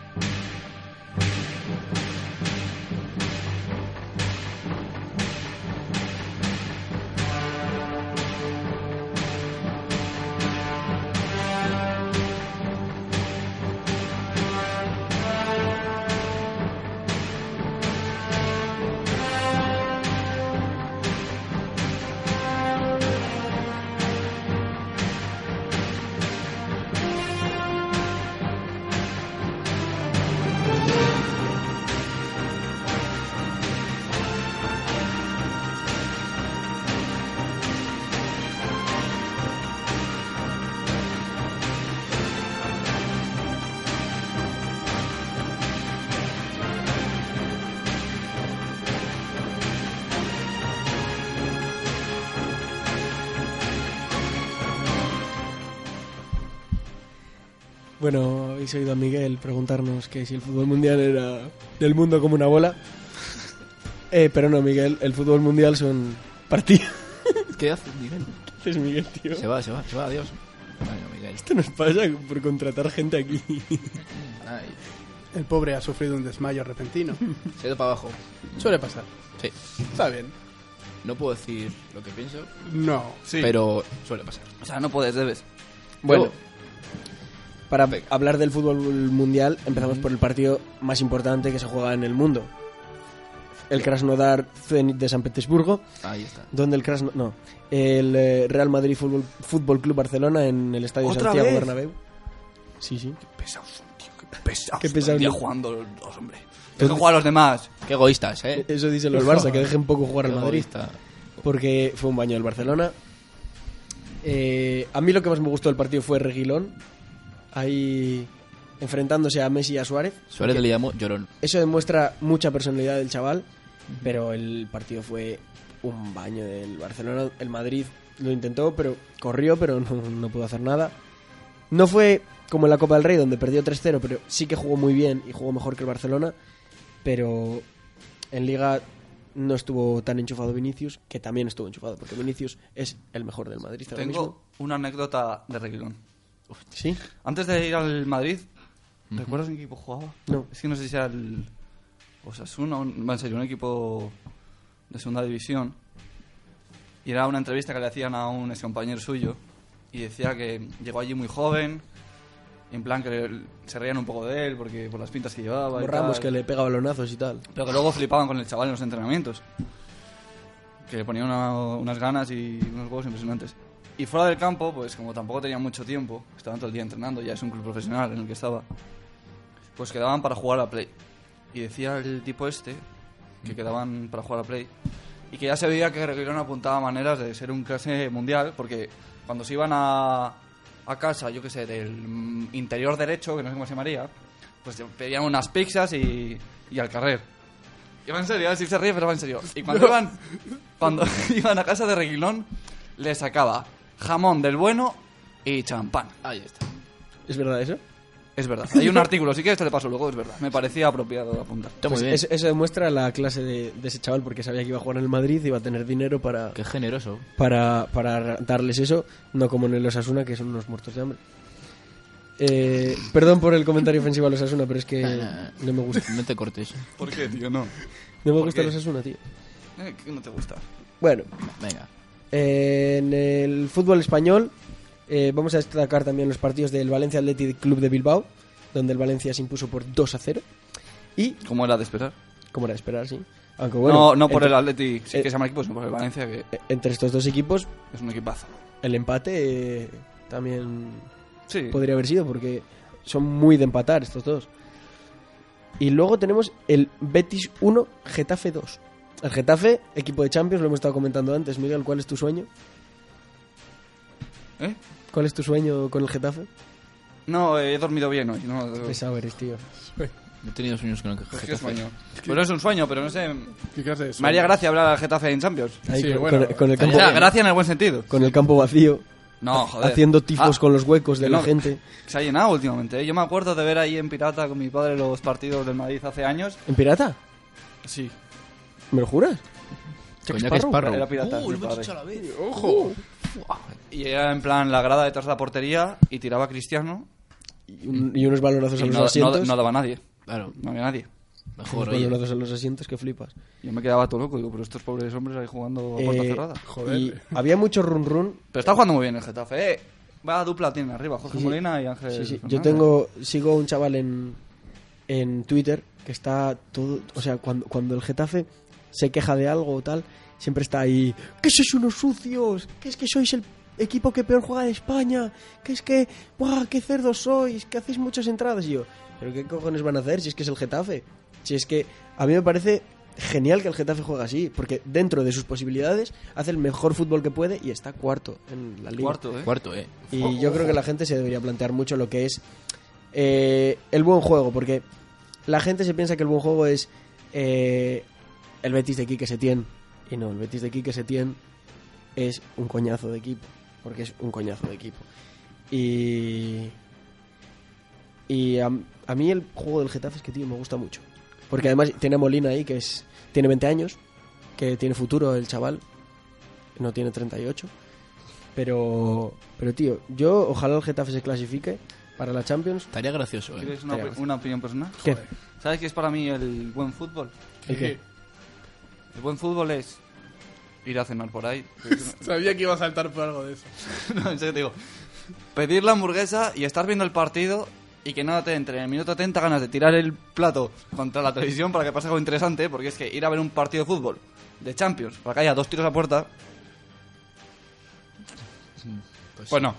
B: Bueno, habéis oído a Miguel preguntarnos que si el fútbol mundial era del mundo como una bola. Eh, pero no, Miguel, el fútbol mundial son partidos.
C: ¿Qué haces, Miguel?
B: ¿Qué haces, Miguel, tío?
C: Se va, se va, se va, adiós. Bueno, Miguel.
B: Esto nos pasa por contratar gente aquí.
C: Ay,
D: El pobre ha sufrido un desmayo repentino.
C: se ha ido para abajo.
D: Suele pasar.
C: Sí.
D: Está bien.
C: No puedo decir lo que pienso,
D: No.
C: pero suele pasar.
E: O sea, no puedes, debes.
B: Bueno,
C: Luego,
B: para hablar del fútbol mundial, empezamos por el partido más importante que se juega en el mundo. El Krasnodar Zenit de San Petersburgo,
C: ahí está.
B: donde el Krasno- no, el eh, Real Madrid Fútbol, Fútbol Club Barcelona en el Estadio
E: ¿Otra
B: Santiago
E: vez?
B: Bernabéu. Sí, sí.
E: Pesados son, tío. Qué pesados.
B: Qué pesados.
E: Ya jugando los dos, hombre. Dejen jugar a los demás.
C: Qué egoístas, ¿eh?
B: Eso dicen los Barça, que dejen poco jugar
C: Qué
B: al Madrid.
C: egoísta.
B: Porque fue un baño del Barcelona. Eh, a mí lo que más me gustó del partido fue Reguilón. Ahí enfrentándose a Messi y a Suárez.
C: Suárez le llamó llorón.
B: Eso demuestra mucha personalidad del chaval, pero el partido fue un baño del Barcelona. El Madrid lo intentó, pero corrió, pero no, no pudo hacer nada. No fue como en la Copa del Rey, donde perdió 3-0, pero sí que jugó muy bien y jugó mejor que el Barcelona. Pero en Liga no estuvo tan enchufado Vinicius, que también estuvo enchufado, porque Vinicius es el mejor del Madrid. ahora mismo.
E: Tengo una anécdota de Reguilón.
B: ¿Sí?
E: Antes de ir al Madrid, ¿recuerdas un equipo jugaba?
B: No.
E: Es que no sé si era el Osasuna, un, va, en serio, un equipo de segunda división. Y era una entrevista que le hacían a un excompañero suyo. Y decía que llegó allí muy joven, En plan que le- se reían un poco de él porque por las pintas que llevaba.
B: Como
E: y
B: Ramos
E: tal.
B: que le pega balonazos y tal.
E: Pero que luego flipaban con el chaval en los entrenamientos. Que le ponía una- unas ganas y unos huevos impresionantes. Y fuera del campo, pues como tampoco tenía mucho tiempo, estaban todo el día entrenando, ya es un club profesional en el que estaba, pues quedaban para jugar a Play. Y decía el tipo este, que quedaban para jugar a Play, y que ya se veía que Reguilón apuntaba maneras de ser un clase mundial, porque cuando se iban a, a casa, yo qué sé, del mm, interior derecho, que no sé cómo se llamaría, pues te pedían unas pizzas y, y al carrer. Iba en serio, si se ríe, pero va en serio. Y cuando, iban, cuando iban a casa de Reguilón, le sacaba jamón del bueno y champán.
D: Ahí está.
B: ¿Es verdad eso?
E: Es verdad. Hay un artículo, si quieres te le paso luego, es verdad. Me parecía apropiado apuntar.
C: Está
B: Pues
C: muy bien.
B: eso, eso demuestra la clase de, de ese chaval porque sabía que iba a jugar en el Madrid y iba a tener dinero para,
C: Qué generoso.
B: para, para darles eso, no como en el Osasuna, que son unos muertos de hambre. Eh, perdón por el comentario ofensivo al Osasuna, pero es que no me gusta.
C: No te cortes.
E: ¿Por qué, tío? No.
B: No me
E: ¿Por
B: gusta
E: qué?
B: el Osasuna, tío.
E: Eh, no te gusta?
B: Bueno,
C: Venga.
B: eh, en el fútbol español eh, vamos a destacar también los partidos del Valencia Athletic Club de Bilbao, donde el Valencia se impuso por 2 a 0. Y,
E: ¿Cómo era de esperar?
B: como era de esperar, sí. Aunque bueno,
E: no, no por
B: entre-
E: el Atleti, sí,
B: eh,
E: que se llama equipo, sino por el Valencia, que
B: entre estos dos equipos
E: es un equipazo.
B: el empate eh, también
E: Sí.
B: podría haber sido porque son muy de empatar estos dos. Y luego tenemos el Betis 1, Getafe 2. El Getafe, equipo de Champions, lo hemos estado comentando antes. Miguel, ¿cuál es tu sueño?
E: ¿Eh?
B: ¿Cuál es tu sueño con el Getafe?
E: No, eh, he dormido bien hoy. No,
B: Pesado eres, tío.
C: No he tenido sueños con el
E: Pues qué
C: Getafe.
E: sueño. Pues no es un sueño, pero no sé.
D: ¿Qué clase de sueño?
E: Me haría gracia hablar al Getafe en Champions.
B: Ahí
D: Sí,
B: con,
D: bueno.
B: con- con el
E: O
B: campo,
E: sea, gracia en el buen sentido.
B: con el campo vacío,
E: No, joder.
B: haciendo tifos
E: Ah,
B: con los huecos de
E: que
B: la
E: no.
B: gente.
E: Se ha llenado últimamente. ¿eh? Yo me acuerdo de ver ahí en Pirata con mi padre los partidos del Madrid hace años.
B: ¿En pirata?
E: Sí.
B: ¿Me lo juras? Jack
C: Coñac
B: Sparrow.
C: Sparrow.
E: Era pirata. mi padre.
D: ¡Ojo!
E: Y era en plan la grada detrás de la portería y tiraba a Cristiano.
B: Y, un- y unos balonazos
E: Y
B: a los
E: no, no,
B: asientos.
E: no daba a nadie.
C: Claro,
E: No había nadie.
B: unos
C: mejor oye.
B: balonazos a los asientos que flipas.
E: Yo me quedaba todo loco. Digo, pero estos pobres hombres ahí jugando a puerta
B: Eh,
E: cerrada.
D: Joder.
B: Y había mucho run run.
E: Pero está jugando muy bien el Getafe. Eh, va dupla tiene arriba. Jorge Molina y Ángel.
B: Sí, sí. Yo
E: Fernández.
B: tengo, sigo a un chaval en, en Twitter que está todo, o sea, cuando, cuando el Getafe se queja de algo o tal, siempre está ahí, que sois unos sucios, que es que sois el equipo que peor juega de España, que es que, ¡buah, qué cerdos sois, que hacéis muchas entradas! Y yo, ¿pero qué cojones van a hacer si es que es el Getafe? Si es que a mí me parece genial que el Getafe juega así, porque dentro de sus posibilidades hace el mejor fútbol que puede y está cuarto en la liga.
E: Cuarto, ¿eh?
C: Cuarto, eh.
B: Y yo creo que la gente se debería plantear mucho lo que es eh, el buen juego, porque la gente se piensa que el buen juego es eh, el Betis de Quique Setién. Y no, el Betis de Quique Setién es un coñazo de equipo, porque es un coñazo de equipo. Y, y a, a mí el juego del Getafe es que, tío, me gusta mucho. Porque además tiene a Molina ahí, que es tiene 20 años, que tiene futuro el chaval, no tiene 38. Pero, pero tío, yo ojalá el Getafe se clasifique para la Champions.
C: Estaría gracioso, eh.
E: ¿Quieres una,
B: Espera.
E: una opinión personal?
B: ¿Qué?
E: ¿Sabes qué es para mí el buen fútbol?
B: ¿El qué?
E: El buen fútbol es ir a cenar por ahí.
D: Sabía que iba a saltar por algo de eso.
E: no, en serio te digo. Pedir la hamburguesa y estar viendo el partido y que no te entre en el minuto 30 ganas de tirar el plato contra la televisión para que pase algo interesante, porque es que ir a ver un partido de fútbol de Champions para que haya dos tiros a puerta,
C: Pues,
E: pues no.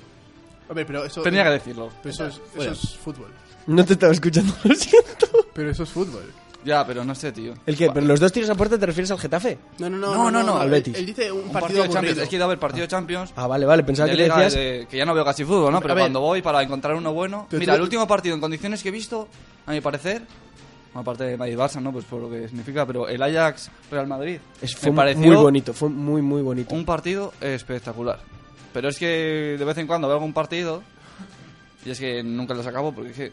D: A ver, pero eso.
E: Tenía que decirlo.
D: Pero eso es, eso
C: Bueno.
D: es fútbol.
B: No te estaba escuchando, lo siento.
D: Pero eso es fútbol.
E: Ya, pero no sé, tío.
B: ¿El qué? ¿Pero los dos tiros a puerta te refieres al Getafe?
D: No, no, no.
E: No, no, no,
B: al
D: él-
B: Betis.
D: Él dice un,
E: Un partido,
D: partido,
E: de Champions. Es que he ido a ver partido de Champions
B: Ah, vale, vale, pensaba
E: de
B: que te
E: liga,
B: decías...
E: de- que ya no veo casi fútbol, ¿no? Pero
D: ver.
E: cuando voy para encontrar uno bueno.
D: Pero
E: Mira,
D: tú-
E: el último partido en condiciones que he visto, a mi parecer, bueno, aparte de Madrid Barça, ¿no? Pues por lo que significa, pero el Ajax Real Madrid
B: Es, fue
E: me pareció
B: muy bonito, fue muy, muy bonito.
E: un partido espectacular. Pero es que de vez en cuando veo algún partido y es que nunca los acabo porque es que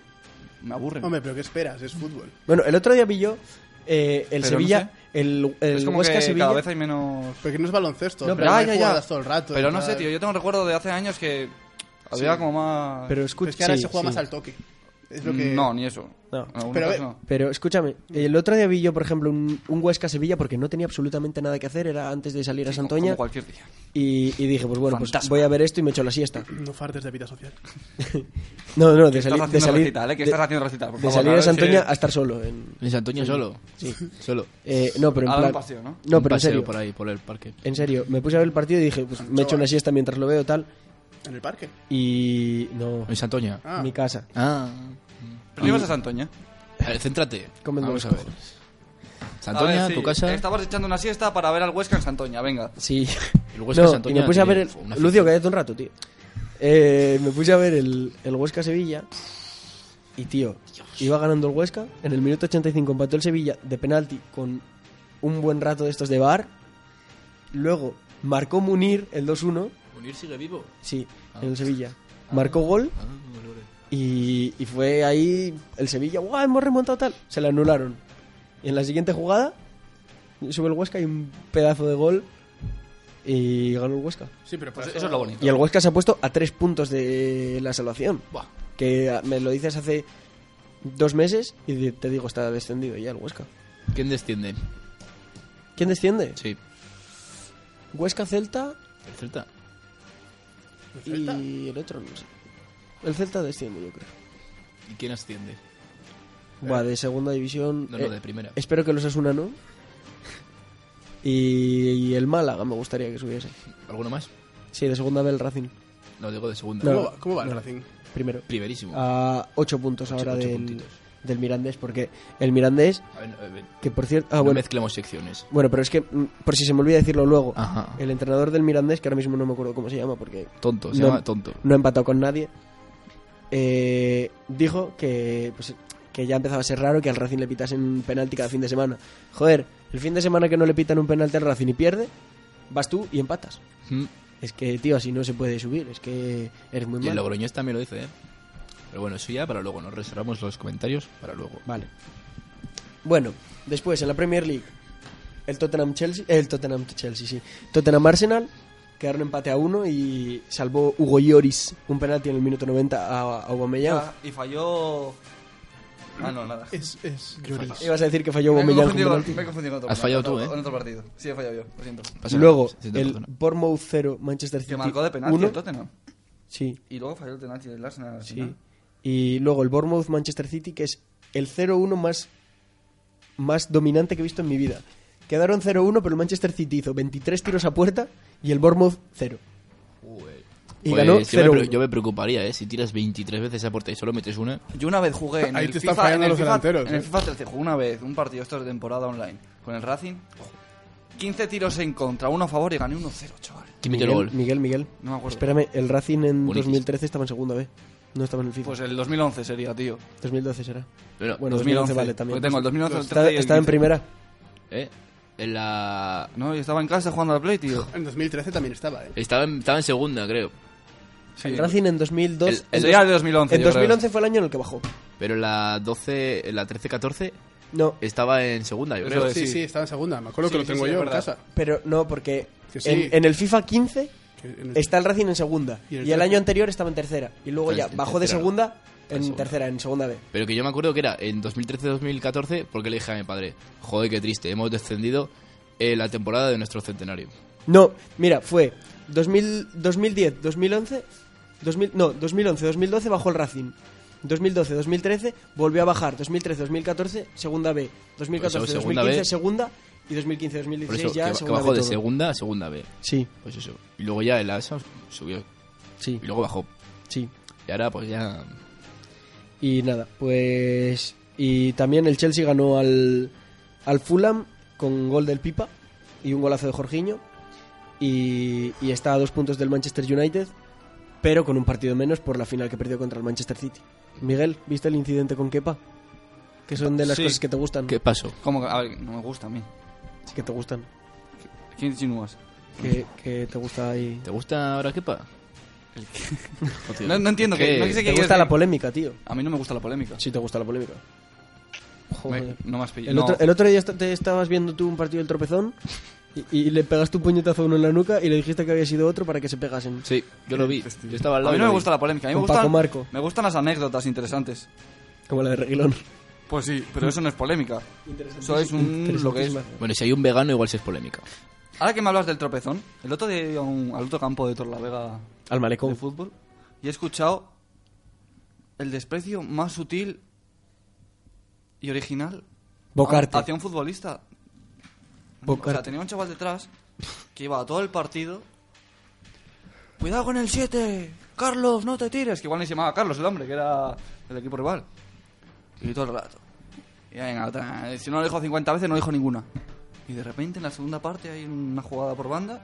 E: me aburren.
D: Hombre, pero ¿qué esperas? Es fútbol.
B: Bueno, el otro día vi yo eh, el
E: no
B: Sevilla,
E: sé.
B: el, el
E: es como
B: Huesca
E: que
B: Sevilla...
E: cada vez hay menos
D: Porque no es baloncesto.
E: No,
D: en
E: pero-
D: plan,
E: ya,
D: hay
E: ya, ya.
D: jugadas todo el rato.
E: Pero
D: en
E: no sé,
D: plan-
E: tío, yo tengo recuerdo de hace años que había como
B: Pero
E: más
D: Pero
B: escucha,
D: es que ahora
B: sí,
D: se juega
B: sí.
D: más al toque. Es lo que...
E: No, ni eso.
B: No.
E: En algún
D: Pero a ver-
E: caso no.
B: Pero escúchame, el otro día vi yo, por ejemplo, un, un Huesca-Sevilla porque no tenía absolutamente nada que hacer, era antes de salir a
E: Como-
B: Santoña.
E: como cualquier día.
B: Y, y dije, pues bueno, pues
E: Fantasma.
B: voy a ver esto y me echo la siesta.
D: No fartes de vida social.
B: No, no, de,
E: Estás
B: salir- de
E: haciendo
B: salir,
E: recital, ¿eh? Que
B: de-
E: estás haciendo recital, por
B: de
E: favor,
B: salir
E: claro,
B: a
E: es
B: Santoña
E: que-
B: a estar solo. en-
C: En Santoño solo. Sí. Solo.
B: eh, no, pero en
E: A dar un
B: plan-
E: paseo, ¿no?
B: No,
C: Un
B: pero en
C: paseo
B: serio.
C: por ahí, por el parque.
B: En serio, me puse a ver el partido y dije, pues me echo una siesta mientras lo veo, tal.
D: En el parque.
B: Y. No,
C: En Santoña.
D: Ah.
B: mi casa.
C: Ah.
E: Pero ibas a Santoña.
C: A ver, céntrate.
B: Comen
C: Vamos a
B: los
C: ver.
E: A
C: Santoña,
E: ver, sí,
C: tu casa.
E: Estabas echando una siesta para ver al Huesca en Santoña, venga.
B: Sí.
C: El Huesca
B: No,
C: Santoña
B: y me puse a ver.
C: tiene
B: El,
C: una afición.
B: Lucio, cállate un rato, tío. Eh, me puse a ver el, el Huesca Sevilla. Y, tío, iba ganando el Huesca. En el minuto 85 empató el Sevilla de penalti con un buen rato de estos de bar. Luego marcó Munir el 2-1.
C: Munir sigue vivo.
B: Sí,
C: Ah.
B: en el Sevilla. Marcó gol. Y, y fue ahí el Sevilla, ¡guau! Hemos remontado tal. Se le anularon. Y en la siguiente jugada, sube el Huesca y un pedazo de gol. Y ganó el Huesca.
D: Sí, pero
E: Pues eso es lo bonito.
B: Y el Huesca se ha puesto a tres puntos de la salvación.
C: Buah.
B: Que ah, me lo dices hace dos meses y di- te digo, está descendido ya el Huesca.
C: ¿Quién desciende?
B: ¿Quién desciende?
C: Sí.
B: Huesca, Celta
C: El Celta.
B: y el otro no sé. El Celta desciende, yo creo.
C: Eh. ¿Y quién asciende?
B: Va, de segunda división. eh,
C: No, no, de primera.
B: Espero que los Asuna no. Y, y el Málaga me gustaría que subiese.
C: ¿Alguno más?
B: Sí, de segunda B el Racing.
C: No, digo de
B: No.
C: segunda.
B: Ah.
D: ¿Cómo va, cómo va el
B: No.
D: Racing?
B: Primero.
C: Primerísimo.
B: A ocho puntos ahora
C: ocho
B: del,
C: puntitos.
B: del Mirandés, porque el Mirandés,
C: A ver, a ver,
B: que por cierto. Ah,
C: no
B: bueno.
C: mezclemos secciones.
B: Bueno, pero es que, mm, por si se me olvida decirlo luego,
C: Ajá.
B: el entrenador del Mirandés, que ahora mismo no me acuerdo cómo se llama porque
C: Tonto, se
B: No.
C: llama tonto.
B: no ha empatado con nadie, eh, dijo que, pues, que ya empezaba a ser raro que al Racing le pitasen un penalti cada fin de semana. Joder, el fin de semana que no le pitan un penalti al Racing y pierde, vas tú y empatas.
C: Mm.
B: Es que, tío, así no se puede subir, es que eres muy
C: Y el
B: malo.
C: Logroñés también lo dice, ¿eh? Pero bueno, eso ya para luego. Nos reservamos los comentarios para luego.
B: Vale. Bueno, después en la Premier League, el Tottenham Chelsea, el Tottenham Chelsea, sí. Tottenham Arsenal quedaron empate a uno y salvó Hugo Lloris un penalti en el minuto 90 a, a Aubameyang.
E: Ah, y falló. Ah, no, nada.
D: Es, es Lloris.
B: Ibas a decir que falló
E: Me he
B: Aubameyang un
E: confundido-
B: penalti.
E: me he confundido con otro
C: Has
E: penalti,
C: fallado tú,
E: otro-
C: ¿eh?
E: En otro partido. Sí, he fallado yo, lo siento.
C: Pasa
B: Y
C: nada,
B: Luego
C: siento
B: el
C: perdón.
B: Bournemouth 0 Manchester City
E: Que marcó de penalti
B: uno.
E: el Tottenham.
B: Sí,
E: Y luego falló el penalti del Arsenal. al
B: sí.
E: final.
B: Y luego el Bournemouth Manchester City que es el 0-1 más más dominante que he visto en mi vida. Quedaron 0-1, pero el Manchester City hizo 23 tiros a puerta y el Bournemouth 0. Y
C: Pues
B: ganó
C: yo, me,
B: 0-1.
C: pre- yo me preocuparía, ¿eh? Si tiras 23 veces a puerta y solo metes una.
E: Yo una vez jugué en
D: Ahí
E: el
D: te están
E: FIFA,
D: fallando
E: en el
D: los
E: FIFA
D: delanteros,
E: En el
D: ¿eh?
E: FIFA 13 jugué una vez un partido esto de temporada online con el Racing. 15 tiros en contra, uno a favor y gané 1-0, chaval.
C: ¿Quién metió el
B: Miguel,
C: gol?
B: Miguel, Miguel.
E: No me acuerdo.
B: Espérame, el Racing en
C: Bonitis.
B: 2013 estaba en segunda B. No estaba en el FIFA.
E: Pues eh, el 2011 sería, tío.
B: 2012 será.
C: Pero,
B: Bueno, 2011 vale también.
E: Porque tengo el 2011, el
B: Está-
E: 13 y el
B: estaba en
E: 15.
B: primera.
C: ¿eh? En la...
E: No, yo estaba en casa jugando al Play, tío.
D: En 2013 también estaba, ¿eh?
C: Estaba en, estaba en segunda, creo.
B: El Racing en 2002.
C: El-
B: en dos-
E: el día de 2011,
B: En
E: yo creo.
B: 2011 fue el año en el que bajó.
C: Pero en la 12, en la 13-14
B: No,
C: estaba en segunda, yo
E: Eso
C: creo.
E: es.
D: Sí,
E: sí.
D: sí, estaba en segunda. Me acuerdo
E: Sí,
D: que lo
E: sí,
D: tengo
E: sí,
D: yo
E: es
D: en
E: verdad.
D: casa.
B: pero no, porque
D: Que sí.
B: en, en el FIFA 15
D: Que en el-
B: está el Racing en segunda.
D: Y
B: Y
D: el
B: el,
D: Racing-
B: año anterior estaba en tercera. Y luego
C: Está
B: ya
C: Pues en
B: bajó de
C: tercera.
B: segunda
C: Está en
B: en
C: segunda.
B: tercera, en segunda B.
C: Pero que yo me acuerdo que era en 2013-2014 porque le dije a mi padre, joder, qué triste, hemos descendido eh, la temporada de nuestro centenario.
B: No, mira, fue 2000, 2010, 2011, 2000, no, 2011, 2012 bajó el Racing. 2012, 2013 volvió a bajar. 2013, 2014, segunda B. 2014,
C: Por eso, segunda
B: 2015,
C: B.
B: segunda. Y 2015,
C: Por
B: 2016
C: eso,
B: ya
C: que, que
B: segunda
C: bajó
B: B
C: de
B: todo.
C: segunda a segunda B.
B: Sí,
C: Pues eso. Y luego ya el ASA subió.
B: sí,
C: Y luego bajó.
B: sí.
C: Y ahora pues ya...
B: Y nada, pues... Y también el Chelsea ganó al, al Fulham con gol del Pipa y un golazo de Jorginho. Y, y está a dos puntos del Manchester United, pero con un partido menos por la final que perdió contra el Manchester City. Miguel, ¿viste el incidente con Kepa? Que son de las
E: Sí.
B: cosas que te gustan.
C: ¿Qué pasó?
E: Como que, a ver, no me gusta a mí.
B: Sí, que te gustan.
E: ¿Qué insinúas?
B: Que, que te gusta ahí...
C: ¿Te gusta ahora Kepa? Joder,
E: No, no entiendo, que, no sé qué
B: Te
E: quieres
B: gusta la
E: decir.
B: polémica, tío.
E: A mí no me gusta la polémica.
B: Sí, te gusta la polémica. Joder.
E: Me- no me has pillado.
B: El,
E: No.
B: otro, el otro día est- te estabas viendo tú un partido del tropezón y, y le pegaste un puñetazo a uno en la nuca y le dijiste que había sido otro para que se pegasen.
C: Sí, yo lo vi. Yo estaba al
E: A
C: lado.
E: mí
C: y
E: no
C: lo
E: me
C: vi.
E: gusta la polémica. A mí me
B: Con Paco
E: gustan,
B: Marco.
E: me gustan las anécdotas interesantes.
B: como la de Reguilón.
E: Pues sí, pero eso no es polémica. Eso es un, Mm, lo que es.
B: Mm. Interesantísima.
C: Bueno, si hay un vegano, igual si es polémica.
E: Ahora que me hablas del tropezón, el otro día iba a un- al otro campo de Torlavega
B: Al
E: de
B: malecón.
E: fútbol y he escuchado el desprecio más sutil y original
B: Bocarte.
E: hacia un futbolista. O sea,
B: Bocarte.
E: tenía un chaval detrás que iba a todo el partido. Cuidado con el 7, Carlos, no te tires. Que igual ni se llamaba Carlos el hombre, que era el equipo rival. Y todo el rato. Y venga, otra. Eh, Si no lo dijo 50 veces, no dijo ninguna. Y de repente en la segunda parte hay una jugada por banda.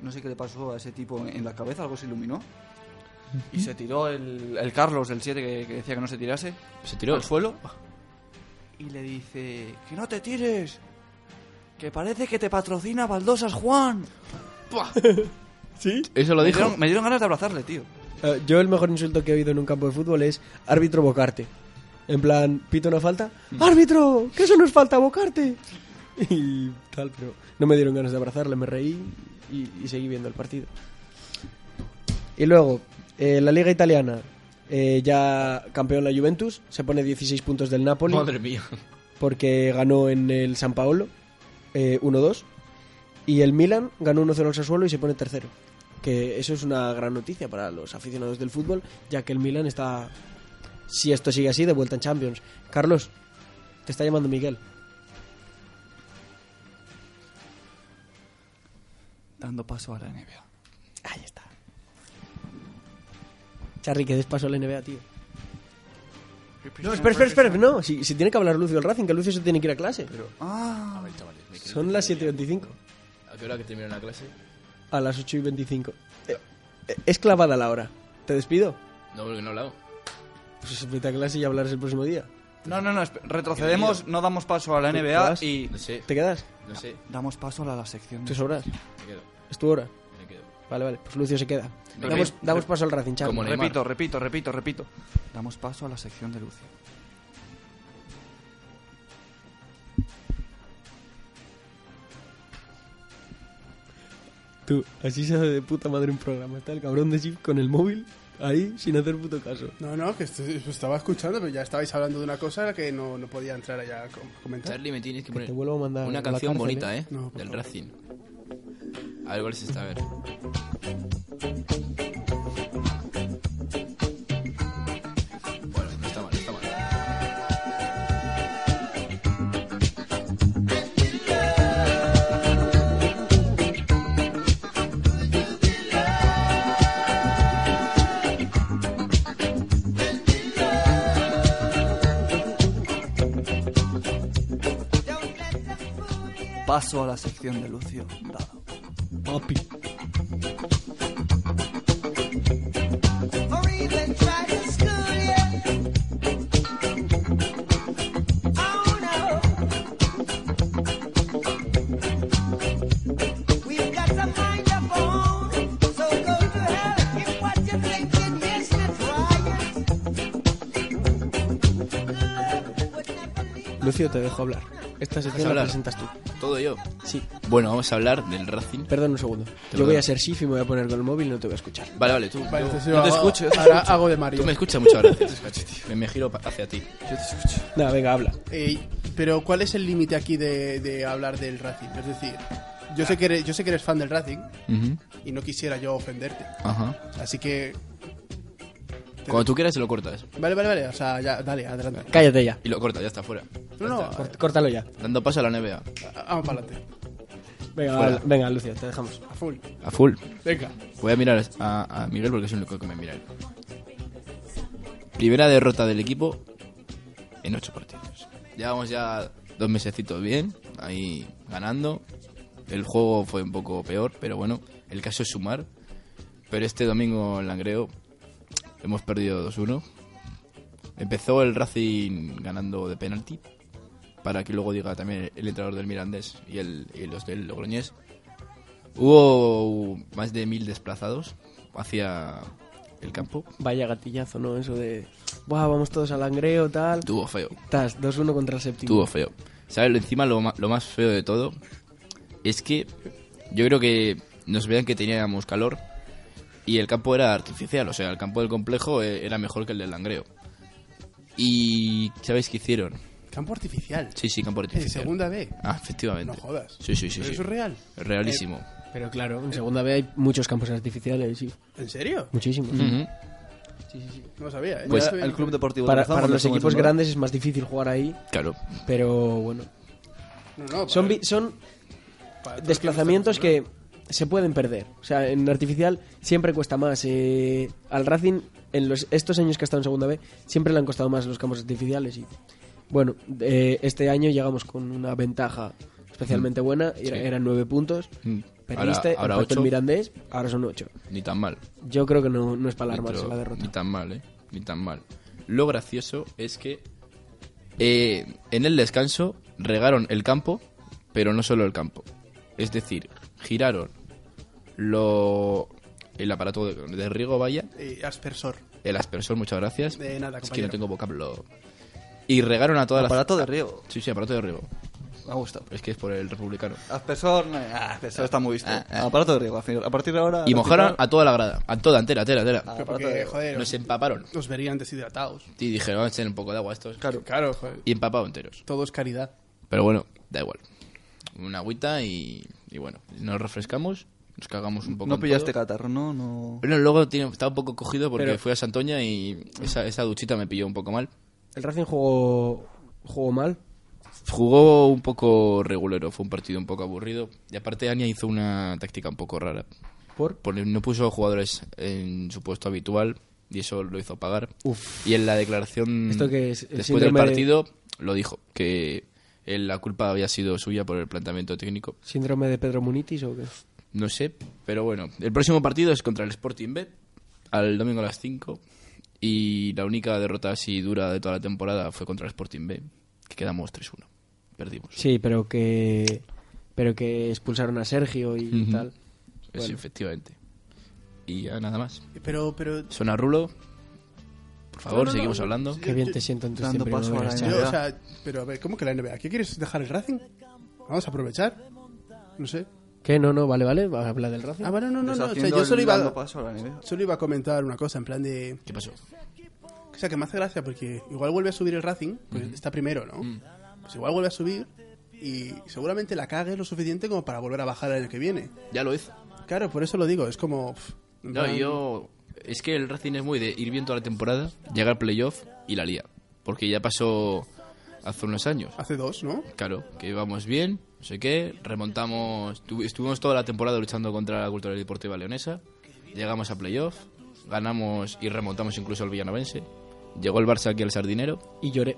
E: No sé qué le pasó a ese tipo en la cabeza, algo se iluminó. Y se tiró el, el Carlos, el 7, que, que decía que no se tirase
C: Se tiró.
E: al suelo y le dice que no te tires que parece que te patrocina Baldosas Juan
B: ¿Sí?
C: Eso lo
E: me
C: dijo.
E: dieron, me dieron ganas de abrazarle tío
B: Eh, yo el mejor insulto que he oído en un campo de fútbol es árbitro bocarte. En plan, pito una falta. ¡Árbitro! ¡Que eso no es falta, bocarte! Y tal, pero no me dieron ganas de abrazarle, me reí y, y seguí viendo el partido. Y luego, eh, la liga italiana, eh, ya campeón la Juventus, se pone 16 puntos del Napoli
C: Madre mía.
B: porque ganó en el San Paolo eh, 1-2 y el Milan ganó 1-0 al Sassuolo y se pone tercero. Que eso es una gran noticia para los aficionados del fútbol, ya que el Milan está, si esto sigue así, de vuelta en Champions. Carlos, te está llamando Miguel.
E: dando paso a la NBA
B: Ahí está. Charly, que des paso a la NBA, tío. No, espera, espera, espera. No, si, si tiene que hablar Lucio el Racing, que Lucio se tiene que ir a clase.
E: ah,
C: A ver, chavales, me quiero-
B: Son las 7.25.
C: ¿A qué hora que termina la clase?
B: A las 8.25. Eh, eh, es clavada la hora. ¿Te despido?
C: No, porque no he hablado.
B: Pues vete a clase y hablarás el próximo día.
E: no no no esp- retrocedemos no damos paso a la NBA
B: vas?
E: y
C: No sé,
B: ¿Te quedas?
C: no sé.
E: damos paso a la, la sección de-
B: Tus horas.
C: Me quedo,
B: Es tu hora.
C: me quedo.
E: ¿Eh?
B: Vale, vale. Pues Lucio se queda.
C: Muy
B: Damos,
C: bien.
B: damos paso al Racing Chan.
C: Como Neymar.
E: repito repito repito repito damos paso a la sección de Lucio
B: Tú, así se hace de puta madre un programa. Está el cabrón de Chip con el móvil ahí sin hacer puto caso.
D: No, no, que estoy- os estaba escuchando, pero ya estabais hablando de una cosa a la que no, no podía entrar allá a com- comentar.
C: Charlie, me tienes que
B: Que
C: poner
B: te vuelvo a mandar a
C: una
B: la
C: canción
B: cárcel,
C: bonita,
B: ¿eh?
C: ¿eh?
D: No, por
C: Del
D: favor.
C: Racing. A ver cuál es esta, a ver. Bueno, no está mal, está mal.
E: paso a la sección de Lucio dado
B: Papi.
F: or even try to school you. Oh no, we've got to mind our own. So go to hell if what you think it means to try Love would never leave.
B: Lucio, te dejo hablar. Esta
C: Vas a
B: sección la
C: hablar.
B: presentas tú.
C: Todo yo.
B: Sí.
C: Bueno, vamos a hablar del Racing.
B: Perdón un segundo. Yo
C: lo
B: voy
C: doy.
B: a ser Sif y me voy a poner con el móvil y no te voy a escuchar.
C: Vale, vale, tú.
D: Vale,
C: tú-
D: entonces
C: yo
D: yo
C: te
D: hago-
C: escucho.
D: Ahora hago de Mario.
C: Tú me escuchas mucho ahora. me, me giro pa- hacia ti.
B: Nada, venga, habla.
D: Ey, Eh, pero ¿cuál es el límite aquí de, de hablar del Racing? Es decir, yo sé, que eres, yo sé que eres fan del Racing y no quisiera yo ofenderte.
C: Ajá.
D: Así que...
C: Cuando tú quieras, se lo cortas.
D: Vale, vale, vale. O sea, ya, dale, adelante.
B: Cállate ya.
C: Y lo cortas, ya está fuera.
D: No, no,
C: eh,
B: Cort- Córtalo ya.
C: Dando paso a la NBA.
D: a- vamos para adelante.
B: Venga,
C: Fuera.
B: habla. venga, Lucio, te dejamos.
D: A full.
C: A full.
D: Venga.
C: Voy a mirar a, a Miguel porque es el único que me mira. él. Primera derrota del equipo en ocho partidos. Llevamos ya dos mesecitos bien, ahí ganando. El juego fue un poco peor, pero bueno, el caso es sumar. Pero este domingo en Langreo hemos perdido 2-1. Empezó el Racing ganando de penalti, para que luego diga también el entrenador del Mirandés y, el, y los del Logroñés. Hubo más de mil desplazados hacia el campo.
B: Vaya gatillazo, ¿no? Eso de. Buah, vamos todos al angreo, tal.
C: Tuvo feo,
B: Estás 2-1 contra el séptimo.
C: tuvo feo. ¿Sabes? Lo Encima lo, ma- lo más feo de todo es que yo creo que nos veían que teníamos calor y el campo era artificial. O sea, el campo del complejo eh, era mejor que el del Langreo. ¿Y sabéis qué hicieron?
D: Campo artificial.
C: Sí, sí, campo
D: En
C: artificial.
D: segunda B.
C: Ah, efectivamente.
D: No jodas.
C: Sí, sí, sí.
D: ¿Pero
C: sí.
D: eso es real?
C: Realísimo.
B: Pero claro, en segunda B hay muchos campos artificiales, sí.
D: ¿En serio?
B: Muchísimos.
C: Ujú.
D: No lo sabía, ¿eh?
C: Pues,
D: Yo
E: Mira,
D: soy-
E: el club deportivo
B: Para,
E: de Zamba,
B: para
E: donde
B: los
E: somos
B: equipos
E: miembros.
B: grandes es más difícil jugar ahí,
C: Claro.
B: pero bueno.
D: No, no, para-
B: Son, vi- son
D: para-
B: desplazamientos que se pueden perder. O sea, en artificial siempre cuesta más. eh, al Racing, en los, estos años que ha estado en segunda B, siempre le han costado más los campos artificiales. Y bueno, eh, este año llegamos con una ventaja especialmente buena. era-
C: Sí.
B: Eran nueve puntos.
C: Mm.
D: este
B: Perdiste,
C: ahora
B: empató el
C: ocho.
B: Mirandés, ahora son ocho.
C: Ni tan mal.
B: Yo creo que no, no es para
C: Ni
B: alarmarse
C: tro-
B: la
C: Ni
B: derrota.
C: tan mal, ¿eh? Ni tan mal. Lo gracioso es que eh, en el descanso regaron el campo, pero no solo el campo. Es decir, giraron lo el aparato de, de riego, vaya,
D: Eh, aspersor.
C: el aspersor, muchas gracias.
D: De nada,
C: es que no
D: compañero.
C: tengo vocablo. Y regaron a todas las...
E: Aparato de riego.
C: Sí, sí, aparato de riego.
E: Me ha gustado.
C: Es que es por el republicano.
E: Aspersor, no, ah, aspersor está muy visto. Aparato de riego, al final. A partir de ahora.
C: Y mojaron
E: practicar-
C: a toda la grada. A toda, entera, entera,
E: Ah,
C: entera.
E: aparato de
D: Porque,
E: riego.
D: joder,
C: Nos empaparon.
D: nos verían deshidratados.
C: Y dijeron, vamos a echar un poco de agua a estos.
D: Claro, claro, joder.
C: Y empapado enteros.
D: Todo es caridad.
C: Pero bueno, da igual. Una agüita y, y bueno, nos refrescamos, nos cagamos un poco.
E: No
C: en
E: pillaste
C: todo.
E: catarro, no, no.
C: Bueno, luego tiene, estaba un poco cogido porque
B: Pero-
C: fui a Santoña y esa, esa duchita me pilló un poco mal.
B: El Racing jugó, jugó mal.
C: Jugó un poco regulero, fue un partido un poco aburrido. Y aparte, Ania hizo una táctica un poco rara.
B: ¿Por?
C: Porque no puso jugadores en su puesto habitual y eso lo hizo pagar.
B: Uf.
C: Y en la declaración
B: ¿Esto qué es? El
C: después del
B: síndrome de-
C: partido lo dijo, que eh, la culpa había sido suya por el planteamiento técnico.
B: ¿Síndrome de Pedro Munitis o qué?
C: No sé, pero bueno. El próximo partido es contra el Sporting Bet, al domingo a las 5. Y la única derrota así dura de toda la temporada fue contra el Sporting B, que quedamos 3-1. Perdimos.
B: Sí, pero que pero que expulsaron a Sergio y
C: Ujú.
B: tal.
C: Sí,
B: Bueno.
C: efectivamente. Y ya nada más.
D: Pero, pero...
C: Suena Rulo. Por favor,
D: No, no, no,
C: seguimos
D: no,
C: hablando.
B: Qué bien te siento en tus
E: Dando
B: tiempos.
E: paso a la
D: Yo,
E: NBA.
D: o sea, pero a ver, ¿cómo que la NBA? ¿Qué quieres dejar el Racing? Vamos a aprovechar. No sé.
B: ¿Qué? No, no, vale, vale, va a hablar del Racing.
D: Ah, bueno, no, no, no. O sea,
E: Deshaciendo
D: yo solo
E: el dando
D: iba,
E: paso a la NBA.
D: solo iba a comentar una cosa, en plan de...
C: ¿Qué pasó?
D: O sea, que me hace gracia porque igual vuelve a subir el Racing, pues está primero, ¿no?
C: Mm.
D: Pues igual vuelve a subir y seguramente la cague lo suficiente como para volver a bajar el año que viene.
C: Ya lo hizo.
D: Claro, por eso lo digo, es como... pff, en
C: No,
D: plan-
C: yo. Es que el Racing es muy de ir bien toda la temporada, llegar al playoff y la lía. Porque ya pasó hace unos años.
D: Hace dos, ¿no?
C: Claro, que íbamos bien, no sé qué, remontamos, tu- estuvimos toda la temporada luchando contra la cultura deportiva leonesa, llegamos a playoff, ganamos y remontamos incluso al villanovense, llegó el Barça aquí al Sardinero
B: Y lloré.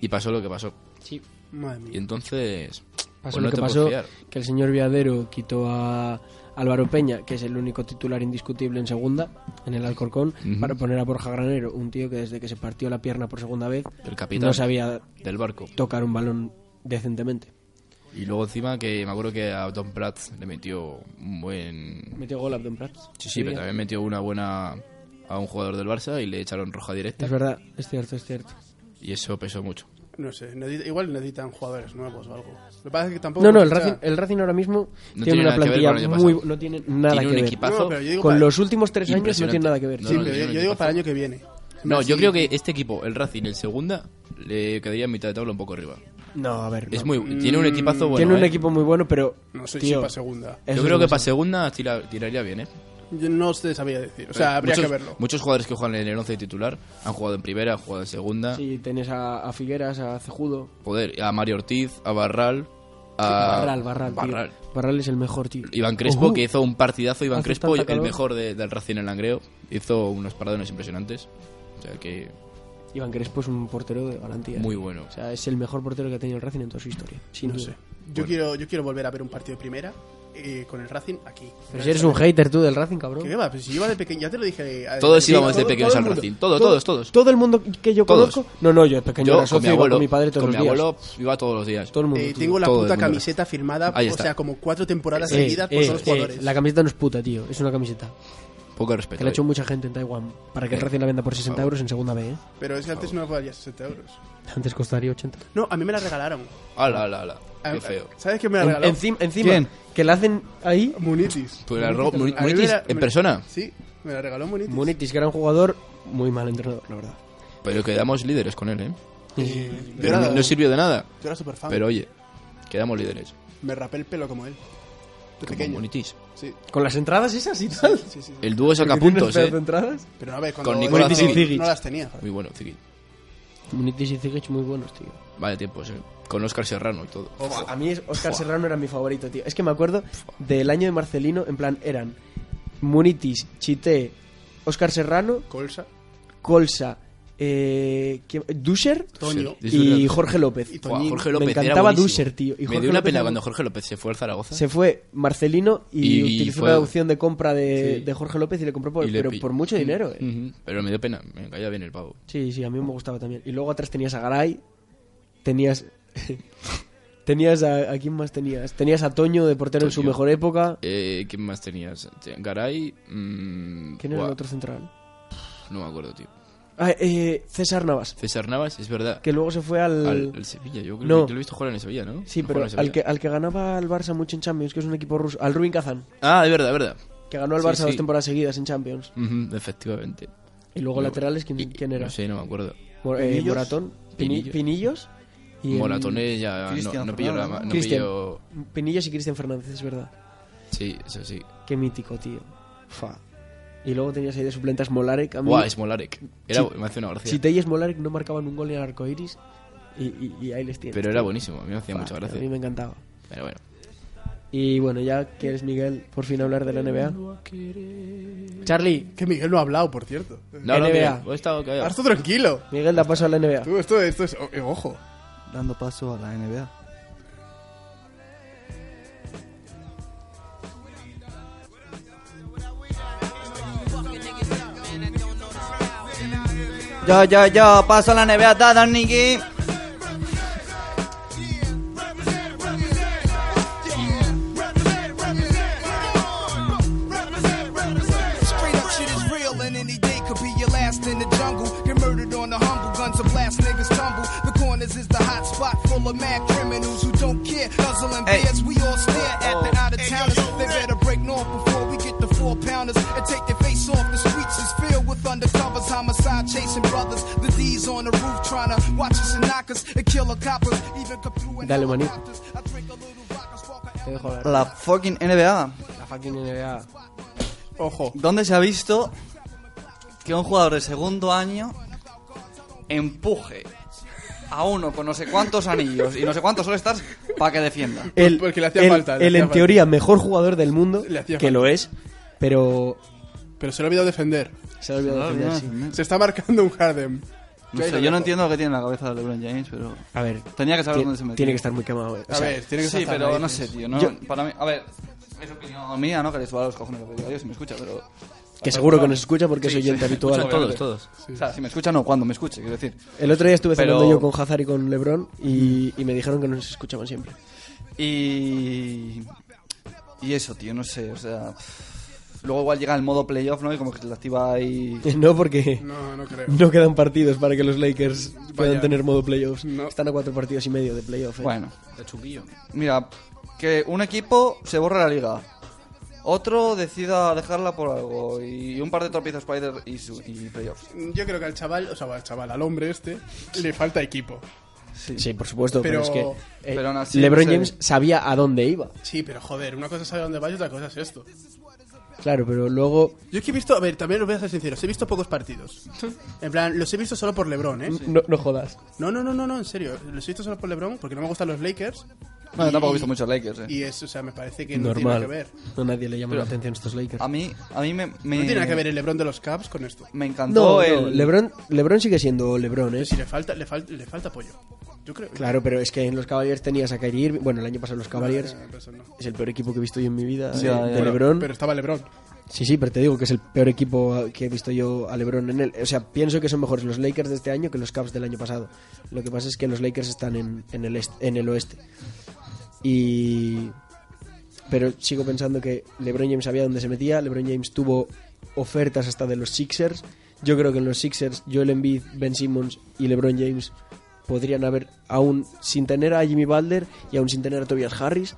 C: y pasó lo que pasó.
B: Sí,
D: Madre
C: Y
D: mía.
C: entonces,
B: pasó
C: pues no
B: lo que
C: te puedes
B: pasó,
C: fiar.
B: que el señor Viadero quitó a Álvaro Peña, que es el único titular indiscutible en segunda, en el Alcorcón,
C: Ujú.
B: para poner a Borja Granero, un tío que desde que se partió la pierna por segunda vez
C: El capitán.
B: no sabía
C: del barco.
B: tocar un balón decentemente.
C: Y luego encima que me acuerdo que a Don Pratt le metió un buen...
B: Metió gol Abdon Prats.
C: Sí, sí, pero también metió una buena a un jugador del Barça y le echaron roja directa.
B: Es verdad, es cierto, es cierto.
C: Y eso pesó mucho.
D: No sé, necesita- igual necesitan jugadores nuevos o algo. Lo que pasa es que tampoco...
B: No, no, el
D: o sea,
B: Racing, el Racing ahora mismo tiene
C: No tiene
B: una
C: nada que ver
B: plantilla
C: con el año
B: muy...
C: pasado.
B: No tiene nada
C: Tiene
B: que
C: un
B: ver.
C: equipazo.
D: No, pero yo digo
B: Con
D: para-
B: los últimos tres años no
C: Impresionante.
B: tiene nada que ver.
C: No,
D: Sí,
C: no,
D: pero
C: yo no
D: yo, yo digo
C: entiendo.
D: para el año que viene.
C: No, yo
D: Sí.
C: creo que este equipo, el Racing en segunda, le quedaría en mitad de tabla un poco arriba.
B: No, a ver.
C: Es
B: no.
C: muy, tiene un equipazo bueno.
B: mm, tiene un
C: ¿eh?
B: equipo muy bueno, pero.
D: No soy
B: tío,
D: chipa segunda.
B: eso
C: Yo creo
B: es
C: que
B: una-
C: para segunda tira- tiraría bien, ¿eh?
D: Yo no te sabía decir. O sea,
B: Eh,
D: habría
C: muchos,
D: que verlo.
C: Muchos jugadores que juegan en el 11 titular han jugado en primera, han jugado en segunda.
B: Sí, tenés a, a Figueras, a Cejudo.
C: Joder, a Mario Ortiz, a Barral, a.
B: Barral, Barral. tío.
C: Barral.
B: Barral es el mejor, tío.
C: Iván Crespo,
B: Ujú.
C: que hizo un partidazo. Iván
B: Hace
C: Crespo,
B: tanta
C: el
B: calor.
C: mejor de- del Racing en Langreo. Hizo unos paradones impresionantes. O sea que.
B: Iván Crespo es un portero de garantía.
C: Muy bueno.
B: O sea, es el mejor portero que ha tenido el Racing en toda su historia. Sin
D: No
B: duda.
D: sé. Yo, quiero, yo quiero volver a ver un partido de primera eh, con el Racing aquí.
B: Pero si eres un hater tú del Racing, cabrón.
D: ¿Qué va? Pues si yo iba de pequeño, ya te lo dije. eh,
C: Todos
D: sí,
C: íbamos de
D: todo-
C: pequeños
D: todo el
C: al
D: mundo.
C: Racing. Todo, todos, todos.
B: Todo el mundo que yo
C: Todos.
B: conozco. No, no, yo de pequeño
C: Yo
B: era
C: con
B: socio
C: mi
B: y iba
C: abuelo,
B: con mi padre todos
C: con
B: los
C: mi
B: días.
C: abuelo pf, iba todos los días.
B: Todo el mundo.
D: Eh,
B: tío.
D: tengo la
C: Todo el
D: puta
C: mundo.
D: camiseta firmada,
C: Ahí
D: o
C: está.
D: sea, como cuatro temporadas
B: Eh,
D: seguidas por
B: eh,
D: todos los
B: eh,
D: jugadores.
B: la camiseta no es puta, tío. Es una camiseta.
C: Poco respeto.
B: Que la ha
C: eh.
B: hecho mucha gente en Taiwán. Para que el
C: Eh,
B: Racing la venda por 60 euros en segunda B, ¿eh?
D: Pero es que antes no valía 60 euros.
B: Antes costaría 80.
D: No, a mí me la regalaron.
C: Ala, ala, ala.
D: A-
C: Qué feo.
D: ¿Sabes qué me la regaló?
B: encima, encima
E: ¿Quién?
B: que la hacen ahí.
D: Munitis.
C: Tú Pues la
D: Munitis
C: robo-
D: me la-
C: Mu-
D: a mí me
C: Munitis
D: la-
C: en
D: me-
C: persona.
D: Sí, me la regaló Munitis.
B: Munitis, gran jugador, muy mal entrenador, la verdad.
C: Pero quedamos líderes con él, ¿eh?
D: Eh, yo
C: Pero
D: era-
C: no, no sirvió de nada.
D: yo era súper fan.
C: Pero oye, quedamos líderes.
D: Me rapé el pelo como él. De
C: Como
D: pequeño.
C: Bonitis.
D: Sí,
B: Con las entradas esas y tal.
D: sí, sí.
E: Eh,
D: sí.
C: El dúo saca
B: ¿Tienes
C: puntos,
B: pedazo de
C: ¿eh?
B: entradas?
D: Pero a ver, cuando
C: Con Nicolás
D: no-
B: Zigic.
D: no las tenía.
C: Muy bueno, Ziggy.
B: Munitis y Zigic muy buenos, tío.
C: Vale tiempos, ¿eh? Con Oscar Serrano y todo.
D: Oh,
B: A mí es- Oscar Serrano era mi favorito, tío. Es que me acuerdo del año de Marcelino, en plan, eran Munitis, Chité, Oscar Serrano,
D: Colsa
B: Colsa, eh, ¿quién- Dusher
D: Toño.
C: Sí, sí.
B: y Jorge López.
D: Y
C: Buah,
D: Toñín.
C: Jorge López
B: me
C: era
B: encantaba
C: buenísimo.
B: Dusher, tío. Y
C: me
B: Jorge
C: dio una
B: López
C: pena
B: era-
C: cuando Jorge López se fue al Zaragoza.
B: Se fue Marcelino y,
C: Y- y
B: utilizó
C: fue-
B: una opción de compra de,
C: Sí.
B: de Jorge López y le compró por,
C: Y le
B: pero
C: pi-
B: por mucho dinero. eh.
C: Ujú, Pero me dio pena, me caía bien el pavo.
B: Sí, sí, a mí me gustaba también. Y luego atrás tenías a Garay, tenías... tenías a, ¿a quién más tenías? Tenías a Toño de portero en su
C: Toño.
B: mejor época.
C: Eh, ¿Quién más tenías? Garay. mm,
B: ¿Quién era
C: buah,
B: el otro central?
C: No me acuerdo, tío.
B: Ah, eh, César Navas,
C: César Navas, es verdad.
B: que luego se fue al...
C: Al, al Sevilla, yo creo
B: No.
C: que yo lo he visto jugar en el Sevilla, ¿no?
B: Sí,
C: No
B: pero
C: juega en el
B: al que,
C: Sevilla.
B: al que ganaba al Barça mucho en Champions, que es un equipo ruso, al Rubin Kazan,
C: Ah, de verdad, de verdad.
B: que ganó al
C: Sí,
B: Barça dos
C: sí.
B: temporadas seguidas en Champions.
C: Ujú, efectivamente.
B: Y luego
C: Muy
B: laterales, ¿quién,
C: Y-
B: quién era?
C: No sé, no me acuerdo.
B: Mor- eh,
D: Pinillos.
B: Moratón, Pini-
C: Pinillos.
B: Pinillos. y el-
C: Moratones ya no,
E: Cristian
C: no pilló la
E: Fernández,
C: ma-
E: ¿no?
C: no
B: Cristian.
C: pilló-
B: Pinillos y Cristian Fernández, es verdad.
C: Sí, eso sí.
B: Qué mítico, tío. Fa. Y luego tenías ahí de suplentes Molarek. A mí,
C: Buah, es Molarek. Era,
B: Sí.
C: me hace una gracia.
B: Chitei y Smolarek no marcaban un gol en el arco iris. Y, y- y ahí les tienes.
C: pero
B: tío.
C: eh, era buenísimo, a mí me hacía
B: Fa,
C: mucha
B: A mí
C: gracia.
B: me encantaba.
C: Pero bueno.
B: Y bueno, ya quieres, Miguel, por fin hablar de la NBA. Charlie,
D: Que Miguel no ha hablado, por cierto.
C: No, no,
B: NBA.
C: mira, he estado callado.
D: Ahora tú tranquilo.
B: Miguel da paso a la NBA.
D: Tú, esto, esto es. o- eh, Ojo.
E: Dando paso a la NBA. Yo, yo, yo, paso a la NBA, dada, Nicky.
G: Straight up shit is real, and any day could be your last in the jungle. Get murdered on the humble, guns are blast, niggas tumble. The corners is the hot spot full of mad criminals who don't care. Nuzzling
E: Hey.
G: beers, we all stare at the out of towners. They better break north before we get the four pounders and take their face off. The streets is filled with undercovers, homicide chasing brothers. The D's on the roof trying to watch us and knock us and kill the coppers. Even come through in
B: Dale, manito.
G: helicopters. I drink a little vodka, spark a
B: Te dejo hablar.
E: La fucking NBA.
B: La fucking NBA.
D: Pues Ojo.
E: ¿Dónde se ha visto que un jugador de segundo año empuje a uno con no sé cuántos anillos y no sé cuántos all-stars para que defienda?
B: El,
D: porque le hacía
B: el-
D: falta, le
B: el,
D: hacía
B: en
D: falta.
B: teoría, mejor jugador del mundo,
D: Le hacía
B: que
D: falta.
B: lo es, pero
D: Pero se lo ha olvidado defender.
B: se ha olvidado defender, sí.
D: Se está marcando un Harden.
E: No sé, yo no entiendo lo que tiene en la cabeza de LeBron James, pero
B: A ver,
E: tenía que saber
B: ti-
E: dónde se metió.
B: tiene que estar muy quemado. eh. O
D: A
B: sea,
D: ver, tiene que
E: Sí,
D: estar
E: pero
D: tan
E: no
D: raíces.
E: sé, tío. No,
B: Yo-
E: Para mí, a ver, es opinión mía, ¿no? Que le suba los cojones lo que diga yo si me escucha, pero.
B: que seguro que nos escucha porque es oyente habitual.
E: escucha
C: Todos, todos.
E: O sea, si me escucha, no, cuando me escuche, quiero decir.
B: El otro día estuve
E: Pero-
B: cenando yo con Hazard y con LeBron y, y me dijeron que nos escuchaban siempre.
E: Y. Y eso, tío, no sé, o sea. Luego igual llega el modo playoff, ¿no? Y como que se le activa ahí.
B: No porque
D: No, no creo.
B: no quedan partidos para que los Lakers puedan tener modo playoffs.
D: No.
B: Están a cuatro partidos y medio de eh. playoffs.
E: Bueno. Mira, que un equipo se borra la liga. Otro decida dejarla por algo. Y un par de tropiezos para ir y, su- y playoffs.
D: Yo creo que al chaval, o sea, al chaval, al hombre este, le falta equipo.
B: Sí, por supuesto, pero,
D: Pero- pues,
B: es que eh,
E: pero aún así,
B: LeBron
E: no sé.
B: James
D: eh,
B: sabía a dónde iba.
D: Sí, pero joder, una cosa es saber dónde vas y otra cosa es esto.
B: Claro, pero luego
D: Yo es que he visto, a ver, también os voy a ser sinceros, he visto pocos partidos. En plan, los he visto solo por LeBron, ¿eh?
B: no, no jodas.
D: No, no, no, no, no, en serio, los he visto solo por LeBron porque no me gustan los Lakers
E: No, yo tampoco he visto muchos Lakers, eh.
D: y es, o sea, me parece que no tiene
B: Normal.
D: nada que ver.
B: No, nadie le llama
E: Pero-
B: la atención a estos Lakers.
E: A mí, a mí me. me
D: No tiene nada que ver el LeBron de los Cavs con esto.
E: Me
B: No,
E: encantó
B: no,
E: el.
B: LeBron, LeBron sigue siendo LeBron, ¿eh?
D: Pero si le falta, le falta, le falta apoyo. Yo creo.
B: Claro, pero es que en los Cavaliers tenías a Kyrie Irving. Bueno, el año pasado los Cavaliers
D: No, Eh, pues, no, eso no.
B: es el peor equipo que he visto yo en mi vida.
E: Sí,
B: eh,
E: ya,
B: de
E: ya.
B: LeBron.
D: Pero estaba LeBron.
B: Sí, sí, pero te digo que es el peor equipo que he visto yo a LeBron en él. O sea, pienso que son mejores los Lakers de este año que los Cavs del año pasado. Lo que pasa es que los Lakers están en, en el, est- en el oeste. Y. Pero sigo pensando que LeBron James sabía dónde se metía. LeBron James tuvo ofertas hasta de los Sixers. Yo creo que en los Sixers, Joel Embiid, Ben Simmons y LeBron James podrían haber, aún sin tener a Jimmy Butler y aún sin tener a Tobias Harris,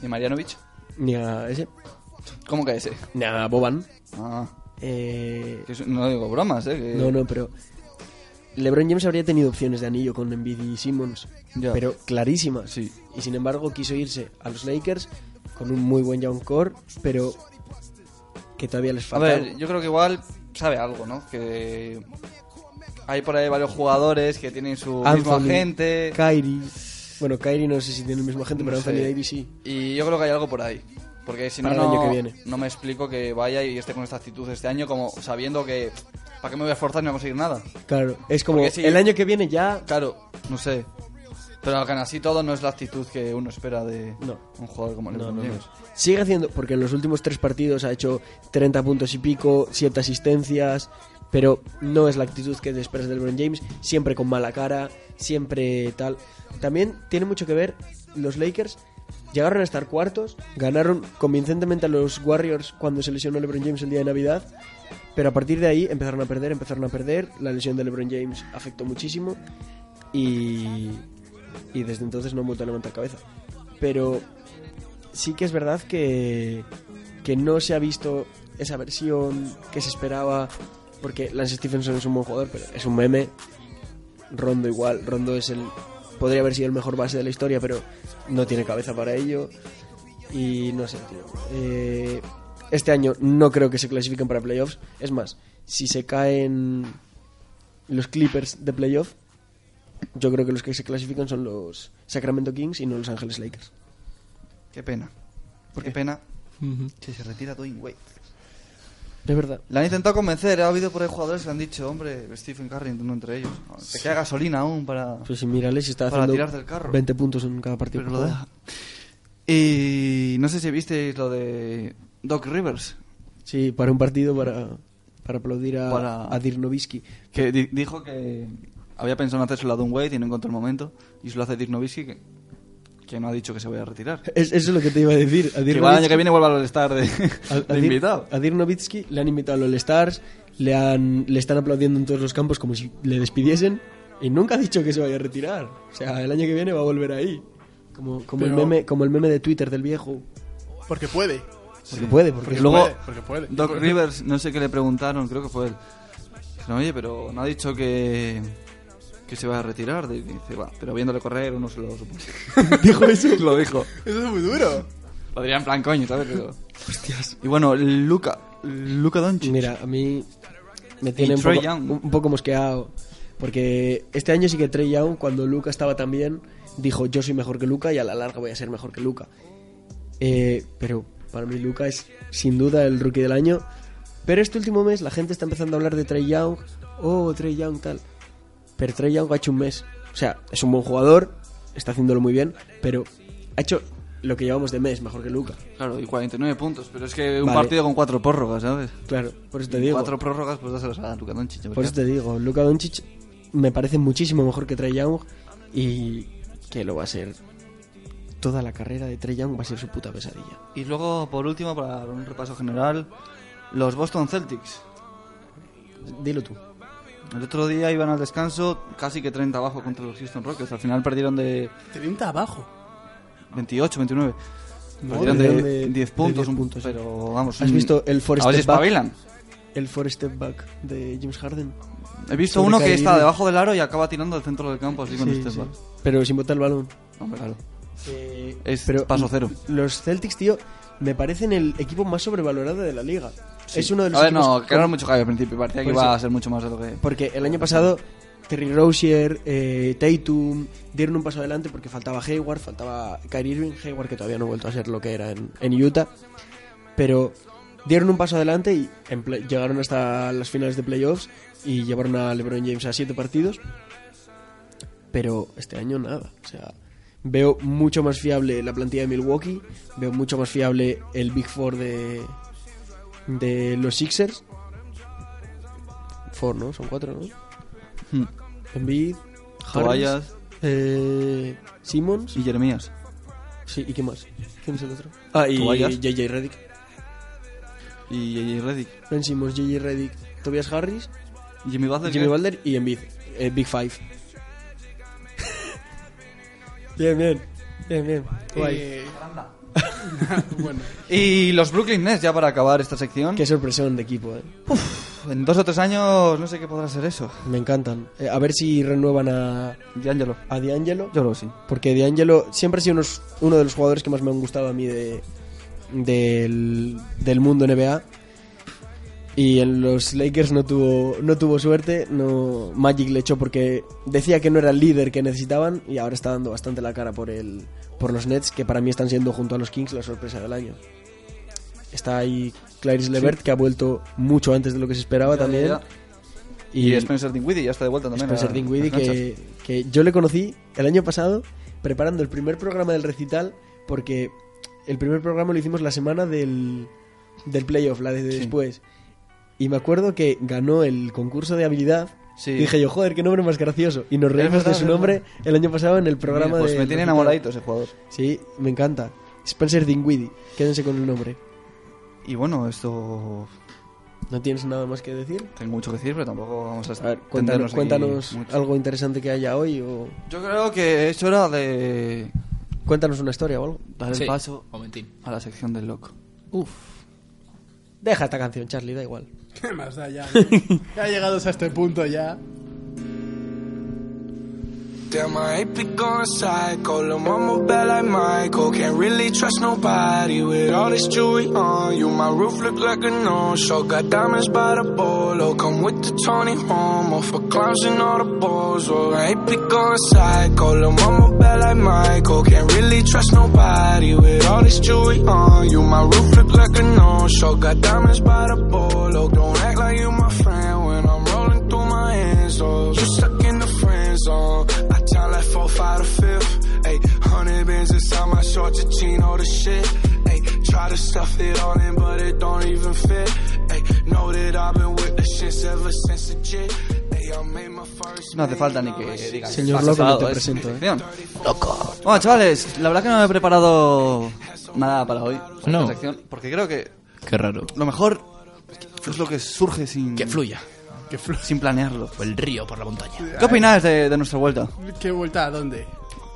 E: ¿Y Marianovich?
B: ni a ese,
E: ¿Cómo que ese?
B: ni a Boban.
E: Ah,
B: Eh,
E: que es- no digo bromas, eh. que-
B: No, no, pero LeBron James habría tenido opciones de anillo con Embiid y Simmons,
E: Ya.
B: pero clarísimas.
E: Sí.
B: Y sin embargo quiso irse a los Lakers con un muy buen young core, pero que todavía les
E: A
B: falta.
E: ver,
B: algo.
E: yo creo que igual sabe algo, ¿no? Que hay por ahí varios jugadores que tienen su mismo
B: Anthony,
E: agente.
B: Kyrie. Bueno, Kyrie no sé si tiene el mismo agente,
E: No
B: pero Anthony
E: sé.
B: Davis sí.
E: Y yo creo que hay algo por ahí. Porque si no,
B: Para el año
E: no,
B: que viene.
E: no me explico que vaya y esté con esta actitud este año, como sabiendo que. ¿Para qué me voy a esforzar y no voy a conseguir nada?
B: Claro, es como
E: Porque sí.
B: el año que viene ya.
E: Claro, no sé. Pero aún así todo no es la actitud que uno espera de
B: No.
E: un jugador como
B: No,
E: LeBron
B: no, no.
E: James.
B: Sigue haciendo, porque en los últimos tres partidos ha hecho 30 puntos y pico, 7 asistencias, pero no es la actitud que te esperas de LeBron James, siempre con mala cara, siempre tal. También tiene mucho que ver, los Lakers llegaron a estar cuartos, ganaron convincentemente a los Warriors cuando se lesionó LeBron James el día de Navidad, pero a partir de ahí empezaron a perder, empezaron a perder, la lesión de LeBron James afectó muchísimo y, y desde entonces no han vuelto a levantar cabeza. Pero sí que es verdad que, que no se ha visto esa versión que se esperaba, porque Lance Stephenson es un buen jugador, pero es un meme. Rondo igual, Rondo es el podría haber sido el mejor base de la historia, pero no tiene cabeza para ello. Y no sé, tío. Eh, este año no creo que se clasifiquen para playoffs. Es más, si se caen los Clippers de playoff, yo creo que los que se clasifican son los Sacramento Kings y no los Ángeles Lakers.
E: Qué pena. Qué, pena que se retira Dwayne Wade.
B: Es verdad.
E: Le han intentado convencer, ha habido por ahí jugadores que han dicho, hombre, Stephen Curry, uno entre ellos. Te queda gasolina aún para...
B: Pues si mira, Alexis está
E: Para
B: haciendo
E: tirar del carro.
B: 20 puntos en cada partido.
E: Pero lo deja. Y no sé si visteis lo de Doc Rivers,
B: Sí, para un partido para, para aplaudir a,
E: Para-
B: a Dirk Nowitzki.
E: que di- dijo que había pensado en hacérselo a Dwayne Wade y no encontró el momento, y se lo hace Dirk Nowitzki, que, que no ha dicho que se vaya a retirar.
B: Es- eso es lo que te iba a decir. A
E: Que
B: Dirk
E: igual el año
B: Nowitzki-
E: que viene vuelva al estar de,
B: a- a
E: de
B: Dirk-
E: invitado.
B: a Dirk Nowitzki le han invitado a los Stars, le, han, le están aplaudiendo en todos los campos como si le despidiesen y nunca ha dicho que se vaya a retirar. O sea, el año que viene va a volver ahí. Como, como, el,
D: Pero-
B: meme, como el meme de Twitter del viejo.
D: Porque puede.
B: Porque puede, porque
E: Porque
D: Porque
E: luego-
D: puede, porque puede.
E: Doc
D: Porque-
E: Rivers, no sé qué le preguntaron, creo que fue él. Dijeron, oye, pero no ha dicho que, que se va a retirar. Y Dice, va, pero viéndole correr uno se lo supone. ¿Dijo eso? lo dijo.
D: Eso es muy duro.
E: Lo diría en plan coño, ¿sabes? Pero... Y bueno, Luca, Luca Doncic.
B: Mira, a mí me tiene un
E: Trae
B: poco,
E: Young.
B: un poco mosqueado. Porque este año sí que Trey Young, cuando Luca estaba tan bien, dijo yo soy mejor que Luca y a la larga voy a ser mejor que Luca. Eh, pero para mí Luca es sin duda el rookie del año. Pero este último mes la gente está empezando a hablar de Trey Young. Oh, Trey Young tal. Pero Trey Young ha hecho un mes. O sea, es un buen jugador, está haciéndolo muy bien, pero ha hecho lo que llevamos de mes mejor que Luca.
E: Claro, y 49 puntos, pero es que un
B: Vale.
E: partido con cuatro prórrogas, ¿sabes?
B: Claro, por eso te digo.
E: Cuatro prórrogas, pues dáselas a Luca Doncic. yo
B: Por
E: creo.
B: eso te digo, Luka Doncic me parece muchísimo mejor que Trey Young y que lo va a ser. Toda la carrera de Trey Young va a ser su puta pesadilla.
E: Y luego, por último, para un repaso general, los Boston Celtics.
B: Dilo tú.
E: El otro día iban al descanso casi que 30 abajo contra los Houston Rockets. Al final perdieron de
D: 30 abajo.
E: 28, 29.
B: Madre,
E: Perdieron de,
B: de- de
E: 10
B: 10
E: puntos, un
B: puntos,
E: punto,
B: sí.
E: pero vamos.
B: ¿Has
E: un-
B: visto el Forest
E: A ver si
B: Step Back?
E: espabilan.
B: El four step back de James Harden.
E: He visto
B: Sobre
E: uno que
B: Kyrie.
E: está debajo del aro y acaba tirando al centro del campo así con
B: Sí,
E: este
B: sí. Pero sin botar el balón.
E: Hombre, claro.
B: Eh,
E: Es
B: pero
E: paso cero.
B: Los Celtics, tío, me parecen el equipo más sobrevalorado de la liga. Es uno de los
E: a ver,
B: equipos
E: no, que
B: con-
E: era mucho callo al principio. Parecía que
B: Por
E: iba
B: eso.
E: a ser mucho más de lo que.
B: Porque el año pasado Terry Rozier, eh, Tatum dieron un paso adelante porque faltaba Hayward, faltaba Kyrie Irving, Hayward que todavía no ha vuelto a ser lo que era en, en Utah, pero dieron un paso adelante y en play- llegaron hasta las finales de playoffs y llevaron a LeBron James a siete partidos, pero este año nada, o sea, veo mucho más fiable la plantilla de Milwaukee, veo mucho más fiable el Big Four de de los Sixers. Four, ¿no? Son cuatro, ¿no?
E: Hmm.
B: Embiid, Harris,
E: Toallas
B: eh, Simmons
E: y
B: y,
E: Jeremías.
B: sí, ¿y qué más? ¿Quién es el otro? Ah, y
E: Toallas.
B: JJ Redick.
E: Y JJ Reddick.
B: Ben Simmons, JJ Redick, Tobias Harris,
E: Jimmy Butler.
B: Jimmy
E: ¿qué?
B: Butler y Embiid. Eh, Big Five. bien, bien. Bien, bien. Guay.
D: Eh, bueno,
E: Y los Brooklyn Nets, ya para acabar esta sección.
B: Qué sorpresón de equipo, ¿eh?
E: pf, en dos o tres años no sé qué podrá ser eso.
B: Me encantan. Eh, a ver si renuevan a,
E: D'Angelo.
B: a D'Angelo.
E: Yo lo sí.
B: Porque D'Angelo siempre ha sido unos- uno de los jugadores que más me han gustado a mí de, del, del mundo NBA. Y en los Lakers no tuvo, no tuvo suerte. No, Magic le echó porque decía que no era el líder que necesitaban. Y ahora está dando bastante la cara por, el, por los Nets, que para mí están siendo junto a los Kings la sorpresa del año. Está ahí Clarice Levert, que ha vuelto mucho antes de lo que se esperaba
E: Ya,
B: también.
E: ya, ya. Y, Spencer Dinwiddie ya está de vuelta también.
B: Spencer
E: a-
B: Dinwiddie,
E: a las
B: Pues que, que yo le conocí el año pasado preparando el primer programa del recital, porque el primer programa lo hicimos la semana del, del playoff, la de después. Y me acuerdo que ganó el concurso de habilidad.
E: Sí.
B: Y dije yo, joder, qué nombre más gracioso. Y nos reímos de
E: verdad,
B: su
E: es
B: nombre el año pasado en el programa
E: Mira, Pues
B: de.
E: me tiene enamoradito ese jugador.
B: Sí, me encanta. Spencer Dinwiddie, quédense con el nombre.
E: Y bueno, esto.
B: ¿No tienes nada más que decir?
E: Tengo mucho que decir, pero tampoco vamos a
B: A ver,
E: extendernos
B: cuéntanos,
E: aquí
B: cuéntanos
E: mucho.
B: algo interesante que haya hoy o
E: Yo creo que es hora de
B: cuéntanos una historia o algo.
E: dar el
C: Sí,
E: paso
C: momentín.
E: a la sección del loco.
B: Deja esta canción, Charlie, da igual.
D: ¿Qué más da ya? ya llegados a este punto ya.
H: Damn, I ain't be going psycho. Lil' mama bad like Michael. Can't really trust nobody with all this jewelry on. You, my roof look like a no-show. Got diamonds by the bolo. Come with the Tony Homo for clowns and all the balls. Oh, I ain't be going psycho. Lil' mama bad like Michael. Can't really trust nobody with all this jewelry on. You, my roof look like a no-show. Got diamonds by the bolo. Don't act like you my friend when I'm rolling through my hands. Oh, you stuck in the friend zone. I tell like four, five, to fifth. Ay, hundred bins inside my shorts, a chino, the shit. Ay, try to stuff it all in, but it don't even fit. Ay, know that I've been with the shits ever since a jit. Ay, I made my first.
E: No hace falta ni que digas.
B: Señor
E: "Has
B: Loco, no te
E: pasado, eh".
B: presento, eh.
E: Sección. Bueno, chavales, la verdad que no me he preparado nada para hoy. para
C: No.
E: esta sección, porque creo que
C: Qué raro.
E: lo mejor es lo que surge sin,
C: Que fluya.
E: sin planearlo.
C: O el río por la montaña.
E: ¿Qué opináis de, de nuestra vuelta
D: ¿Qué vuelta a dónde?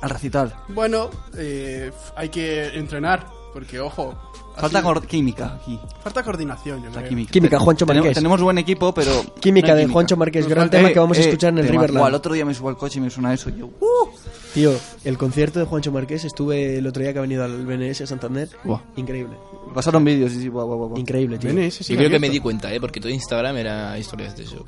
E: al recital?
D: Bueno, eh, hay que entrenar, porque ojo.
E: Falta
D: así-
E: cor- química aquí.
D: falta coordinación, yo
E: La
D: creo.
E: química.
B: Química, Juancho
E: Tenemos-
B: Marqués.
E: Tenemos buen equipo, pero.
B: Química
E: no hay
B: de Juancho Márquez,
D: Nos
B: gran
D: falta-
B: tema
E: Eh,
B: que vamos a
E: eh,
B: escuchar en el
E: tema. Buah, El
B: Riverland.
E: otro día me subo al coche y me suena eso. y yo, uh,
B: Tío, el concierto de Juancho Marqués estuve el otro día que ha venido al BNS a Santander.
C: Buah.
B: Increíble.
E: pasaron vídeos. Sí, sí, guau, guau, guau.
B: Increíble, tío.
D: Ven, ese sí
C: Yo creo que
D: abierto.
C: me di cuenta, ¿eh? Porque todo Instagram era historias de eso.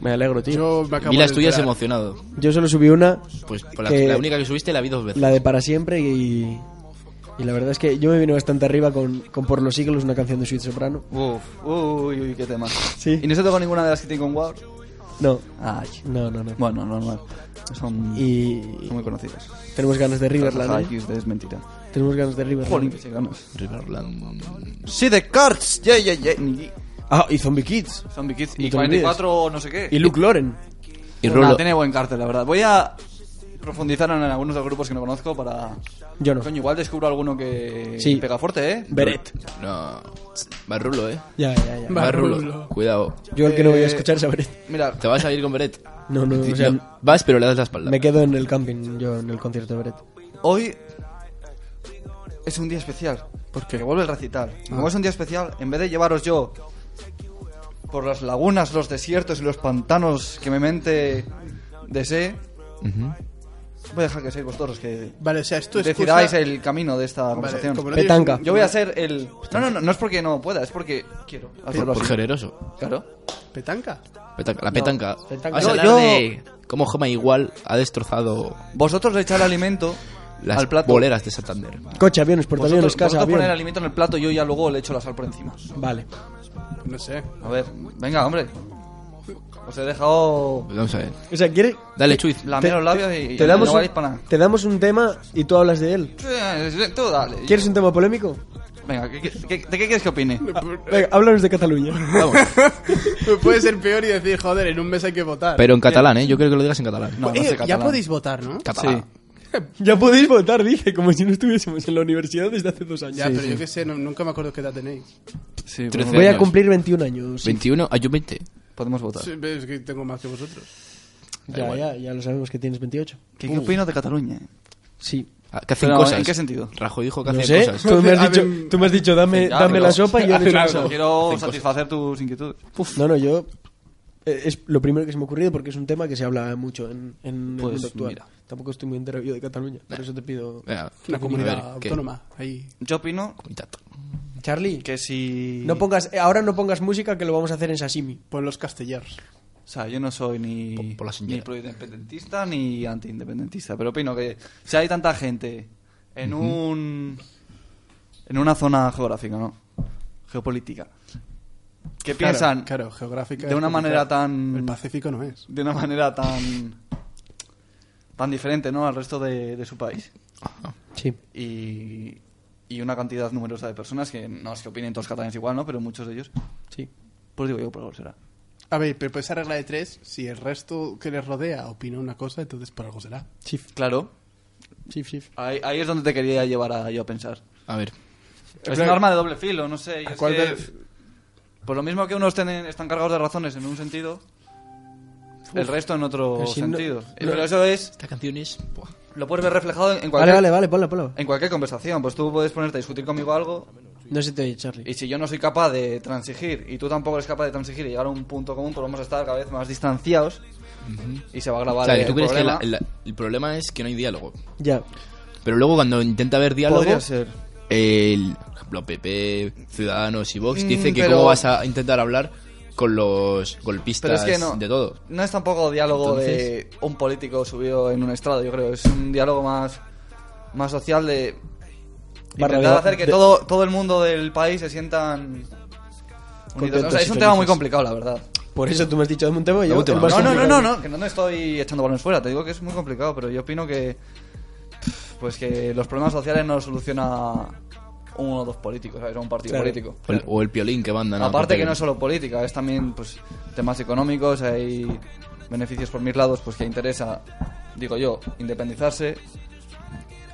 B: Me alegro, tío.
D: Yo me acabo
C: Vi las
D: de
C: tuyas
D: enterar.
C: emocionado.
B: Yo solo subí una,
C: Pues por la,
B: Que-
C: la única que subiste la vi dos veces.
B: la de Para Siempre, y, y la verdad es que yo me vine bastante arriba con, con Por los siglos, una canción de Sweet Soprano.
E: Uf, uy, uy, qué tema.
B: Sí.
E: ¿Y no se tocó ninguna de las que tiene con Wow?
B: No,
E: Ay.
B: no, no, no.
E: Bueno, normal. Son,
B: Y
E: son muy conocidas.
B: tenemos ganas de
E: Ay,
B: Riverland. ¿eh?
E: que ustedes mentira.
B: Tenemos ganas de
E: Jolín,
B: Riverland.
E: que se ganas.
C: Riverland.
E: Sí, The Cards. Yeah, yeah, yeah. Ni-
B: Ah, y Zombie Kids.
E: Zombie Kids.
B: No
E: Y
B: te olvides.
E: 44 o no sé qué.
B: Y Luke Loren.
C: Y
E: Nada,
C: Rulo.
E: tiene buen cartel, la verdad. Voy a profundizar en algunos de los grupos que no conozco para...
B: Yo no.
E: Coño, igual descubro alguno que
B: Sí.
E: pega fuerte, ¿eh?
B: Beret.
C: No. Va Rulo, ¿eh?
B: Ya, ya, ya.
C: Va
D: Rulo.
C: Rulo. Cuidado.
B: Yo el que no voy a
E: Eh,
B: escuchar es a Beret.
E: Mira,
C: Te vas a ir con Beret.
B: No, no, o sea,
C: No, Vas, pero le das la espalda.
B: me quedo en el camping, yo en el concierto de Beret.
E: Hoy es un día especial. Porque vuelve el recital.
C: Ah.
E: Y Como es un día especial, en vez de llevaros yo por las lagunas, los desiertos y los pantanos que mi mente desee, voy a dejar que seáis vosotros que
D: Vale, o sea, esto es.
E: decidáis
D: cosa-
E: el camino de esta
D: Vale,
E: conversación.
D: como no
B: Petanca.
D: tienes-
E: Yo voy a ser el... No, no, no, no es porque no pueda, es porque quiero. hacerlo
C: Por
E: así.
C: generoso.
E: Claro.
D: Petanca.
C: Petanca- la petanca.
B: petanca.
C: Vas
E: Yo-
C: a hablar
E: yo-
C: de cómo Gema igual ha destrozado
E: Vosotros le echar alimento
C: las
E: al plato.
C: boleras de Santander.
B: Coche, aviones, portaaviones,
E: Vosotros,
B: casa,
E: vosotros poner
B: avión.
E: alimento en el plato y yo ya luego le echo la sal por encima.
B: Vale.
D: No sé.
E: A ver, venga, hombre. Os he dejado
C: Vamos a ver.
B: O sea, ¿quieres?
C: Dale, Chuiz.
E: lamer los labios y,
B: Te
E: y
B: damos,
E: no
B: un,
E: valéis para nada.
B: te damos un tema y tú hablas de él.
E: Eh, Tú dale.
B: ¿Quieres un tema polémico?
E: Venga, ¿qué- qué- qué- ¿de qué quieres que opine?
B: Venga, háblanos de Cataluña.
D: Puede ser peor y decir, joder, en un mes hay que votar.
C: Pero en catalán, ¿eh? Yo creo que lo digas en catalán.
E: No, no
D: Eh,
E: sé
D: ya
E: catalán.
D: podéis votar, ¿no?
C: Catalán.
B: ya podéis votar, dice, como si no estuviésemos en la universidad desde hace dos años.
D: Ya, pero yo qué sé, no- nunca me acuerdo qué edad tenéis.
E: Sí,
C: Trece.
E: podemos,
B: Voy a
C: años.
B: cumplir 21 años. sí.
C: 21, ah, yo 20.
E: podemos votar.
D: Sí, Es que tengo más que vosotros.
B: Ya, ya, ya lo sabemos que tienes 28.
E: ¿Qué, qué opino de Cataluña?
B: Sí.
C: Ah, Que hacen
E: Pero,
C: cosas.
E: ¿en qué sentido?
C: Rajoy dijo que
B: No
C: hacen
B: sé,
C: cosas. Ah,
B: tú me, has
D: Hacen-
B: dicho, tú me has dicho dame,
E: Ya,
B: Eh, dame
E: pero-
B: la sopa y yo le he
D: hacen
B: dicho
D: algo.
B: eso.
E: Quiero
C: Hacen
E: satisfacer tus inquietudes.
B: No, no, yo... eh, Es lo primero que se me ha ocurrido porque es un tema que se habla mucho en, en
C: Pues,
B: el mundo actual.
C: mira.
B: Tampoco estoy muy entero yo de Cataluña, por eso te pido...
C: Venga,
D: Una
C: a
D: comunidad
C: ver, ¿qué?
D: autónoma. Ahí.
E: Yo opino
C: Comunidad.
B: Charlie,
E: que si...
B: no pongas, eh, ahora no pongas música que lo vamos a hacer en sashimi.
D: Por Pues los castellers.
E: O sea, yo no soy ni,
C: Por- por la señora.
E: ni proindependentista ni antiindependentista, pero opino que si hay tanta gente en un en una zona geográfica, ¿no? Geopolítica. Que piensan
D: Claro, geográfica.
E: de una manera tan-
D: El Pacífico no es.
E: de una manera tan tan diferente, ¿no? al resto de, de su país.
B: Sí.
E: Y, y una cantidad numerosa de personas que no es que opinen todos los catalanes igual, ¿no? Pero muchos de ellos,
B: Sí.
E: pues digo yo, por algo será.
D: A ver, pero por esa regla de tres, si el resto que les rodea opina una cosa, entonces por algo será.
B: Chief,
E: Claro,
B: chief, chief.
E: ahí, ahí es donde te quería llevar a- yo a pensar.
C: A ver,
E: Es un
D: Pero-
E: arma de doble filo, no sé. yo es
D: cuál
E: que,
D: de-
E: Por lo mismo que unos tienen- están cargados de razones en un sentido, el resto en otro
B: pero si no-
E: sentido. Eh,
B: no-
E: Pero eso es,
C: esta canción es. buah,
E: lo puedes ver reflejado en
B: Vale,
E: cualquier,
B: vale, vale, ponla, ponla.
E: en cualquier conversación. Pues tú puedes ponerte a discutir conmigo algo
B: No se te oye, Charlie.
E: y si yo no soy capaz de transigir y tú tampoco eres capaz de transigir y llegar a un punto común, pues vamos a estar cada vez más distanciados y se va a
C: o
E: grabar
C: sea, que
E: el
C: tú crees que
E: problema.
C: la- la- el problema es que no hay diálogo.
B: Ya.
C: Pero luego cuando intenta haber diálogo,
E: Podría ser.
C: el, por ejemplo, PP, Ciudadanos y Vox
E: Mm,
C: dice que
E: pero-
C: cómo vas a intentar hablar con los golpistas
E: Pero es que no,
C: de todo.
E: no es tampoco diálogo de
C: Entonces-
E: un político subido en un estrado, yo creo. Es un diálogo más, más social de
B: Barra
E: intentar
B: de-
E: hacer que
B: de-
E: todo, todo el mundo del país se sientan unidos. O
B: Contentos
E: sea,
B: y
E: es un tema
B: felices.
E: muy complicado, la verdad.
B: Por eso tú me has dicho dame un tema y yo
C: Dame un tema.
B: el más
E: No, no, no,
B: complicado.
E: no, no, que no te estoy echando balones fuera. Te digo que es muy complicado, pero yo opino que pues que los problemas sociales no los soluciona uno o dos políticos, ¿sabes? O un partido
B: Claro.
E: político.
C: O el, o el piolín que mandan. a
E: Aparte
C: Copenhague.
E: que no es solo política, es también pues temas económicos, hay beneficios por mis lados, pues que interesa, digo yo, independizarse,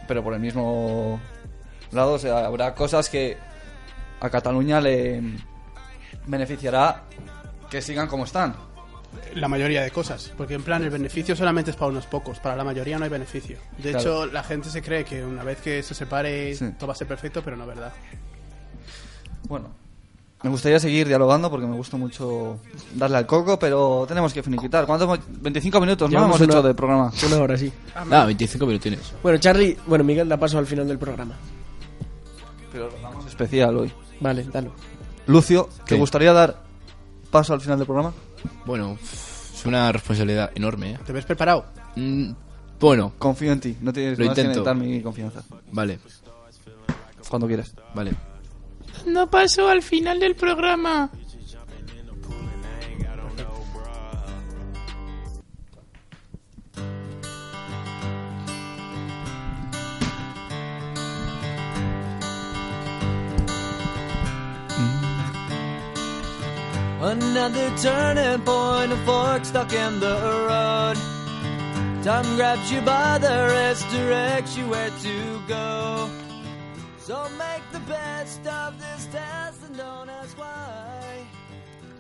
E: pero por el mismo lado, o sea, habrá cosas que a Cataluña le beneficiará que sigan como están.
D: La mayoría de cosas. Porque en plan, el beneficio solamente es para unos pocos. Para la mayoría no hay beneficio. De
E: Claro.
D: hecho, la gente se cree que una vez que se separe
E: Sí.
D: todo va a ser perfecto, pero no es verdad.
E: Bueno, me gustaría seguir dialogando porque me gusta mucho darle al coco, pero tenemos que finiquitar. ¿Cuánto? hemos- 25 minutos, ¿no?
B: Llevamos
E: Hemos
B: una-
E: hecho de programa.
B: Una hora, sí.
C: Nada, 25 minutos tienes.
B: Bueno, Charlie, bueno, Miguel, la paso al final del programa.
E: Pero es especial hoy.
B: Vale, dalo.
E: Lucio, ¿te
C: ¿Qué?
E: gustaría dar paso al final del programa?
C: Bueno, es una responsabilidad enorme, ¿eh?
D: ¿Te ves preparado?
C: Mm, bueno,
E: Confío en ti, no tienes
C: Lo
E: más que
C: intento.
E: necesitar mi confianza.
C: vale,
E: Cuando quieras.
C: vale.
I: No paso al final del programa.
A: Another turning point, a fork stuck in the road. Time grabs you by the wrist, directs you where to go. So make the best of this test and don't ask why.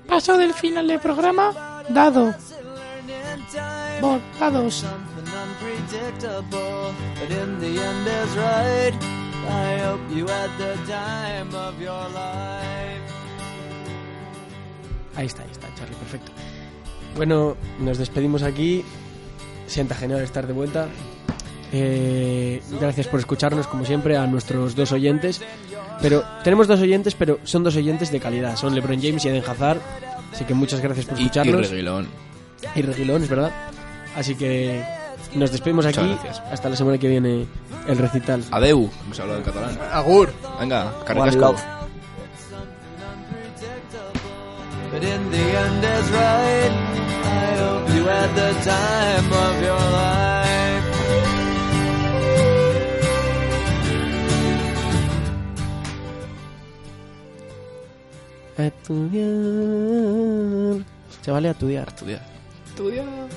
I: Paso del final del programa dado.
A: And learn in time.
I: Por dados.
A: Something unpredictable, but in the end is right. I hope you had the time of your life.
B: Ahí está, ahí está, Charlie, perfecto. Bueno, nos despedimos aquí. Sienta genial estar de vuelta. Eh, gracias por escucharnos, como siempre, a nuestros dos oyentes. Pero tenemos dos oyentes, pero son dos oyentes de calidad. Son LeBron James y Eden Hazard. Así que muchas gracias por
C: Y, y
B: escucharnos.
C: reguilón.
B: y Reguilón, es verdad. Así que nos despedimos
C: Muchas
B: aquí.
C: gracias. Ah.
B: Hasta la semana que viene el recital.
C: Adeu, hemos hablado en catalán.
D: Agur.
C: Venga,
E: One
C: carricasco.
E: love.
A: But in the end is right. I hope you had the time of your life.
B: A estudiar. Chavales, a estudiar.
C: Estudiar.